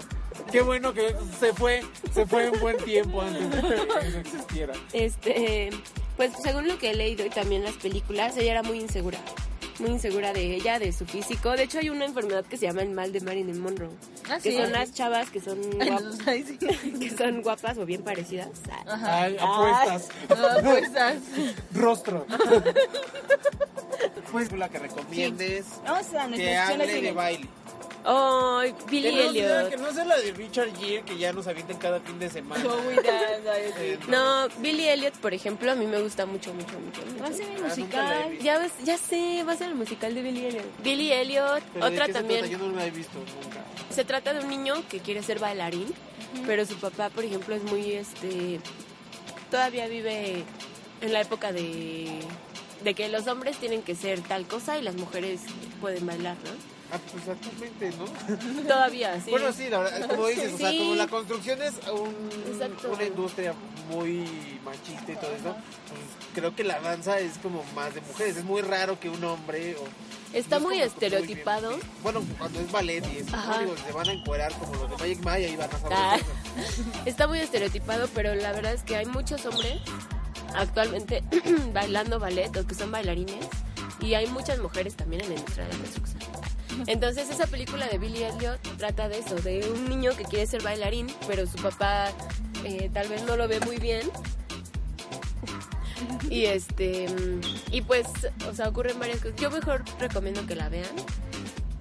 [SPEAKER 3] Qué bueno que se fue, se fue un buen tiempo antes de que eso existiera.
[SPEAKER 2] Este, pues según lo que he leído y también las películas, ella era muy insegura. Muy insegura de ella, de su físico. De hecho, hay una enfermedad que se llama el mal de Marilyn Monroe.
[SPEAKER 4] Ah,
[SPEAKER 2] que
[SPEAKER 4] sí.
[SPEAKER 2] son las chavas que *laughs* son, guapas,
[SPEAKER 4] Entonces, ahí sí.
[SPEAKER 2] que son guapas o bien parecidas. Ah,
[SPEAKER 3] Ay, apuestas.
[SPEAKER 4] Ah, pues, ah, *laughs*
[SPEAKER 3] Rostro. Pues la que recomiendes
[SPEAKER 4] Vamos a
[SPEAKER 3] que
[SPEAKER 4] nuestras
[SPEAKER 3] hable
[SPEAKER 4] opciones
[SPEAKER 3] de
[SPEAKER 4] de
[SPEAKER 3] baile.
[SPEAKER 2] Ay, Billy
[SPEAKER 3] Que no, sea,
[SPEAKER 2] Elliot.
[SPEAKER 3] que no sea la de Richard Gere que ya nos avienten cada fin de semana. *laughs* Eh,
[SPEAKER 2] No, Billy Elliot, por ejemplo, a mí me gusta mucho, mucho, mucho. mucho.
[SPEAKER 4] Va a ser el
[SPEAKER 3] Ah, nunca la he
[SPEAKER 4] musical.
[SPEAKER 3] visto.
[SPEAKER 2] Ya, ves- ya sé, va a ser el musical de Billy Elliot. Billy Elliot,
[SPEAKER 3] pero ¿de
[SPEAKER 2] otra
[SPEAKER 3] qué se
[SPEAKER 2] también.
[SPEAKER 3] trata? Yo no la he visto nunca.
[SPEAKER 2] Se trata de un niño que quiere ser bailarín, pero su papá, por ejemplo, es muy, este, todavía vive en la época de, de que los hombres tienen que ser tal cosa y las mujeres pueden bailar,
[SPEAKER 3] *laughs*
[SPEAKER 2] ¿no?
[SPEAKER 3] Ah, pues actualmente, ¿no?
[SPEAKER 2] Todavía, sí.
[SPEAKER 3] Bueno, sí, la verdad, es como dices, o sea,
[SPEAKER 2] Sí.
[SPEAKER 3] como la construcción es un-
[SPEAKER 2] Exacto.
[SPEAKER 3] una industria muy machista y todo eso, pues, creo que la danza es como más de mujeres. Es muy raro que un hombre o...
[SPEAKER 2] Está
[SPEAKER 3] no
[SPEAKER 2] muy
[SPEAKER 3] es como que bien
[SPEAKER 2] estereotipado.
[SPEAKER 3] visto. bueno, cuando es ballet y eso,
[SPEAKER 2] Ajá.
[SPEAKER 3] digo, se van a encuerar como los de Magic Maya y van a saber.
[SPEAKER 2] Ah.
[SPEAKER 3] eso.
[SPEAKER 2] Está muy estereotipado, pero la verdad es que hay muchos hombres actualmente *clears throat* bailando ballet o que son bailarines y hay muchas mujeres también en la industria de la construcción. Entonces esa película de Billy Elliot trata de eso, de un niño que quiere ser bailarín, pero su papá eh, tal vez no lo ve muy bien. Y este mm, y pues, o sea, ocurren varias cosas. Yo mejor recomiendo que la vean.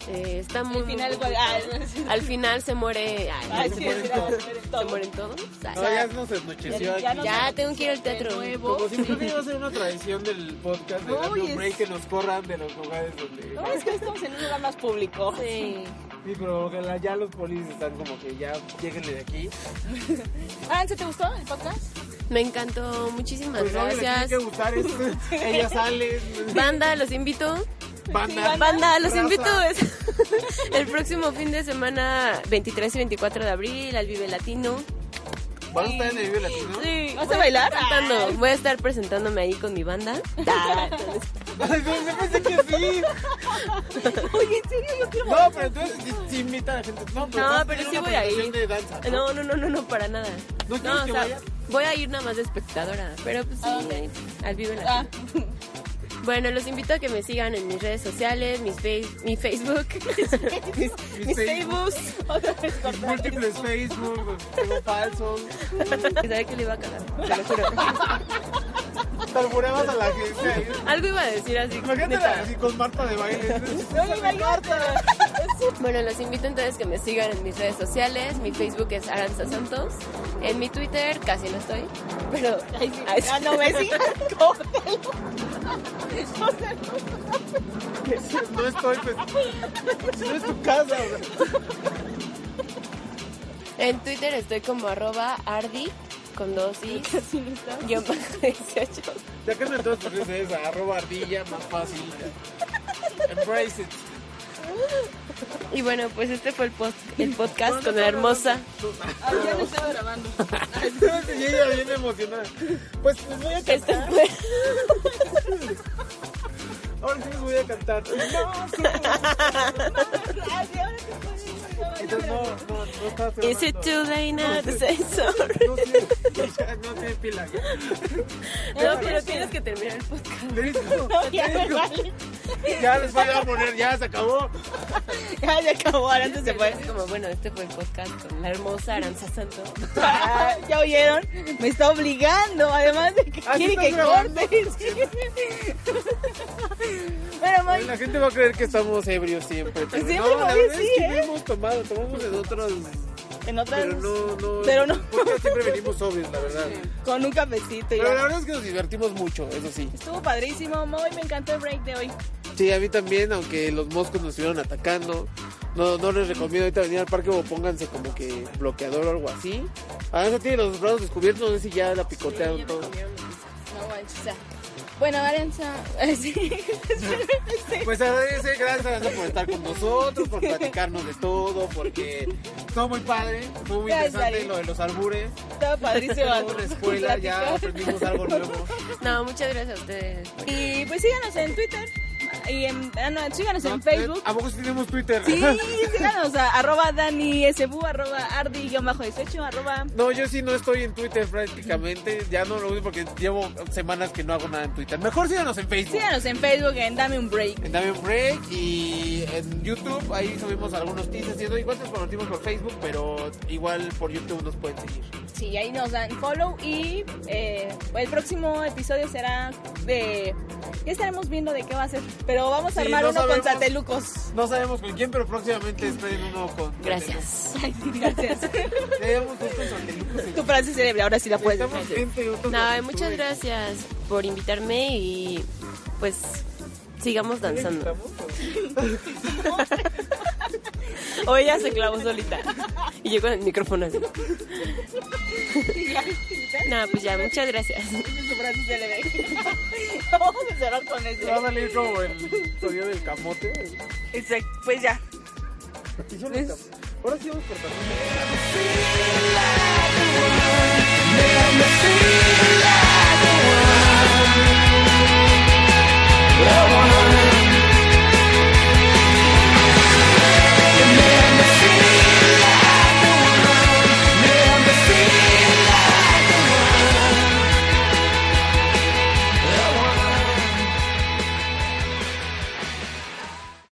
[SPEAKER 2] Eh, está muy
[SPEAKER 4] Al final
[SPEAKER 2] muy
[SPEAKER 4] igual.
[SPEAKER 2] bonita.
[SPEAKER 4] ah, no, sí.
[SPEAKER 2] Al final se muere. ay,
[SPEAKER 4] Ah,
[SPEAKER 2] se
[SPEAKER 4] sí,
[SPEAKER 2] mueren
[SPEAKER 4] mira,
[SPEAKER 2] todos.
[SPEAKER 4] mueren
[SPEAKER 2] Se
[SPEAKER 4] todos.
[SPEAKER 2] mueren todos. Ay,
[SPEAKER 3] No, ya nos anocheció
[SPEAKER 4] Ya
[SPEAKER 3] aquí.
[SPEAKER 4] nos
[SPEAKER 2] Ah. ya tengo que ir al
[SPEAKER 4] de
[SPEAKER 2] teatro.
[SPEAKER 4] nuevo.
[SPEAKER 3] Como siempre debe ser una tradición del podcast de
[SPEAKER 4] Uy,
[SPEAKER 3] darle un
[SPEAKER 4] es-
[SPEAKER 3] break que nos corran de los lugares donde...
[SPEAKER 4] No, es que estamos en un lugar más público.
[SPEAKER 2] Sí.
[SPEAKER 3] Sí, pero ojalá ya los polis están como que ya lleguenle de aquí.
[SPEAKER 4] Ah, ¿se te gustó el podcast?
[SPEAKER 2] Me encantó. Muchísimas
[SPEAKER 3] Pues no, les tiene
[SPEAKER 2] gracias.
[SPEAKER 3] que gustar
[SPEAKER 2] *laughs*
[SPEAKER 3] esto. Ella sale.
[SPEAKER 2] Banda, los invito.
[SPEAKER 3] Banda.
[SPEAKER 2] Banda, los
[SPEAKER 3] Raza.
[SPEAKER 2] invito. es- *laughs* el próximo fin de semana, 23 y 24 de abril, al Vive Latino.
[SPEAKER 3] ¿Van a estar en el Vive Latino?
[SPEAKER 2] Sí.
[SPEAKER 4] ¿Vas a bailar?
[SPEAKER 2] Cantando. Voy a estar presentándome ahí con mi banda. Ah, entonces,
[SPEAKER 3] Ay, no, yo pensé que sí.
[SPEAKER 2] *laughs*
[SPEAKER 4] Oye, en serio, yo quiero.
[SPEAKER 3] No, pero entonces sí, sí invita a la gente. No, pero,
[SPEAKER 2] No,
[SPEAKER 3] vas a
[SPEAKER 2] pero
[SPEAKER 3] tener
[SPEAKER 2] sí
[SPEAKER 3] una
[SPEAKER 2] voy a ir.
[SPEAKER 3] presentación de danza, ¿no?
[SPEAKER 2] No, no, no, no, no, para nada.
[SPEAKER 3] ¿No quieres que vaya?
[SPEAKER 2] voy a ir nada más de espectadora, pero pues sí, ahí, al vivo en la
[SPEAKER 4] Ah.
[SPEAKER 2] tele. Bueno, los invito a que me sigan en mis redes sociales, mis face- mi Facebook, mis,
[SPEAKER 3] Mis
[SPEAKER 2] mis
[SPEAKER 3] Facebook.
[SPEAKER 2] Facebooks.
[SPEAKER 4] Otra vez cortar.
[SPEAKER 3] Múltiples Facebook, tengo falso.
[SPEAKER 2] ¿Sabe que le iba a cagar? Te lo juro.
[SPEAKER 3] Albureabas a la gente ahí.
[SPEAKER 2] Algo iba a decir así.
[SPEAKER 3] Imagínate
[SPEAKER 2] neta.
[SPEAKER 3] así con Marta de baile.
[SPEAKER 4] No, imagínate.
[SPEAKER 2] Bueno, los invito entonces que me sigan en mis redes sociales. Mi Facebook es Aranza Santos. En mi Twitter casi no estoy, pero...
[SPEAKER 4] Ay, sí.
[SPEAKER 2] *laughs* Ay, sí.
[SPEAKER 4] Ah, no, me sigan. Cógelo.
[SPEAKER 3] No estoy, pues. No es tu casa. o sea.
[SPEAKER 2] En Twitter estoy como arroba ardi con dos
[SPEAKER 4] *laughs*
[SPEAKER 2] i guión *laughs* bajo 18.
[SPEAKER 3] Ya que no todas tus redes es arroba ardilla, más fácil. Embrace it.
[SPEAKER 2] Y bueno, pues este fue el, post, el podcast con la hermosa.
[SPEAKER 4] Ay, ya me estaba grabando.
[SPEAKER 3] Y ella bien emocionada. Pues les voy a
[SPEAKER 2] Este
[SPEAKER 3] cantar.
[SPEAKER 2] fue-
[SPEAKER 3] Ahora sí les voy a cantar. No, sí. Entonces no, no, no estás
[SPEAKER 2] Is it
[SPEAKER 3] grabando.
[SPEAKER 2] too late now to say sorry?
[SPEAKER 3] No tiene, ya, no tiene pila. ya.
[SPEAKER 2] *laughs* No, pero tienes que terminar el podcast.
[SPEAKER 3] Le digo, le digo. Ya les voy a poner, ya se acabó.
[SPEAKER 4] Ya se acabó, ahora antes se fue.
[SPEAKER 2] Es como, bueno, este fue el podcast con la hermosa Aranza Santos.
[SPEAKER 4] Ah, ¿Ya oyeron? Me está obligando, además de que
[SPEAKER 3] ¿Ah, sí
[SPEAKER 4] quiere
[SPEAKER 3] estás
[SPEAKER 4] que
[SPEAKER 3] grabando?
[SPEAKER 4] corte. Sí. Moy.
[SPEAKER 3] La gente va a creer que estamos ebrios siempre. Pero
[SPEAKER 4] Siempre,
[SPEAKER 3] no, la
[SPEAKER 4] Moy,
[SPEAKER 3] verdad
[SPEAKER 4] sí,
[SPEAKER 3] es que
[SPEAKER 4] ¿eh?
[SPEAKER 3] no hemos tomado, tomamos en otros.
[SPEAKER 4] En otras,
[SPEAKER 3] Pero no, no.
[SPEAKER 4] Pero no.
[SPEAKER 3] Porque siempre venimos sobrios, la verdad.
[SPEAKER 4] con un cafecito. y
[SPEAKER 3] Pero
[SPEAKER 4] ya.
[SPEAKER 3] la verdad es que nos divertimos mucho, eso sí.
[SPEAKER 4] Estuvo padrísimo, Moy, me encantó el break de hoy.
[SPEAKER 3] Sí, a mí también, aunque los moscos nos estuvieron atacando. No, no les recomiendo ahorita venir al parque o pónganse como que bloqueador o algo así. Ahora tiene los brazos descubiertos, no sé si ya la picotearon todo.
[SPEAKER 4] No manches, o sea. Bueno, Aranza, *laughs* sí,
[SPEAKER 3] Pues agradece, gracias Aranza, por estar con nosotros, por platicarnos de todo, porque estuvo muy padre, estuvo muy
[SPEAKER 4] Gracias,
[SPEAKER 3] interesante
[SPEAKER 4] Ari.
[SPEAKER 3] lo de los albures.
[SPEAKER 4] estaba padrísimo.
[SPEAKER 3] Estuvo una escuela, ya
[SPEAKER 4] platicar.
[SPEAKER 3] aprendimos algo nuevo.
[SPEAKER 2] No, muchas gracias a ustedes.
[SPEAKER 4] Y pues *laughs* síganos en Twitter y en, ah, no, síganos en
[SPEAKER 3] Eh,
[SPEAKER 4] Facebook.
[SPEAKER 3] ¿A poco sí tenemos Twitter?
[SPEAKER 4] Sí, síganos a arroba Dani SBU, arroba Ardi, guión bajo 18, arroba...
[SPEAKER 3] *laughs* No, yo sí no estoy en Twitter prácticamente. Ya no lo uso porque llevo semanas que no hago nada en Twitter. Mejor síganos en Facebook.
[SPEAKER 4] Síganos en Facebook en Dame un Break.
[SPEAKER 3] En Dame un Break y en YouTube. Ahí subimos algunos teasers. Y eso. igual nos convertimos por Facebook, pero igual por YouTube nos pueden seguir.
[SPEAKER 4] Sí, ahí nos dan follow y eh, el próximo episodio será de... Ya estaremos viendo de qué va a ser, pero vamos a
[SPEAKER 3] Sí,
[SPEAKER 4] armar
[SPEAKER 3] no
[SPEAKER 4] uno con
[SPEAKER 3] sabemos.
[SPEAKER 4] *laughs* satelucos.
[SPEAKER 3] No sabemos con quién, pero próximamente esperen uno con. Eh,
[SPEAKER 2] Gracias.
[SPEAKER 4] Gracias.
[SPEAKER 3] Tenemos justo son
[SPEAKER 4] tu frase célebre, ahora sí la puedes
[SPEAKER 3] Necesitamos
[SPEAKER 4] decir.
[SPEAKER 3] gente. otros
[SPEAKER 2] No, y
[SPEAKER 3] actores.
[SPEAKER 2] muchas gracias por invitarme y pues sigamos
[SPEAKER 4] *laughs*
[SPEAKER 2] danzando. O ella se clavó solita. Y yo con el micrófono
[SPEAKER 4] *laughs*
[SPEAKER 2] así. *laughs* No, pues ya, muchas gracias.
[SPEAKER 4] Tu frase célebre. Vamos a cerrar con eso.
[SPEAKER 3] Va a salir como el sonido del camote.
[SPEAKER 4] Exacto, pues ya.
[SPEAKER 3] Y son los cam- Ahora sí vamos por camote.
[SPEAKER 5] I wanna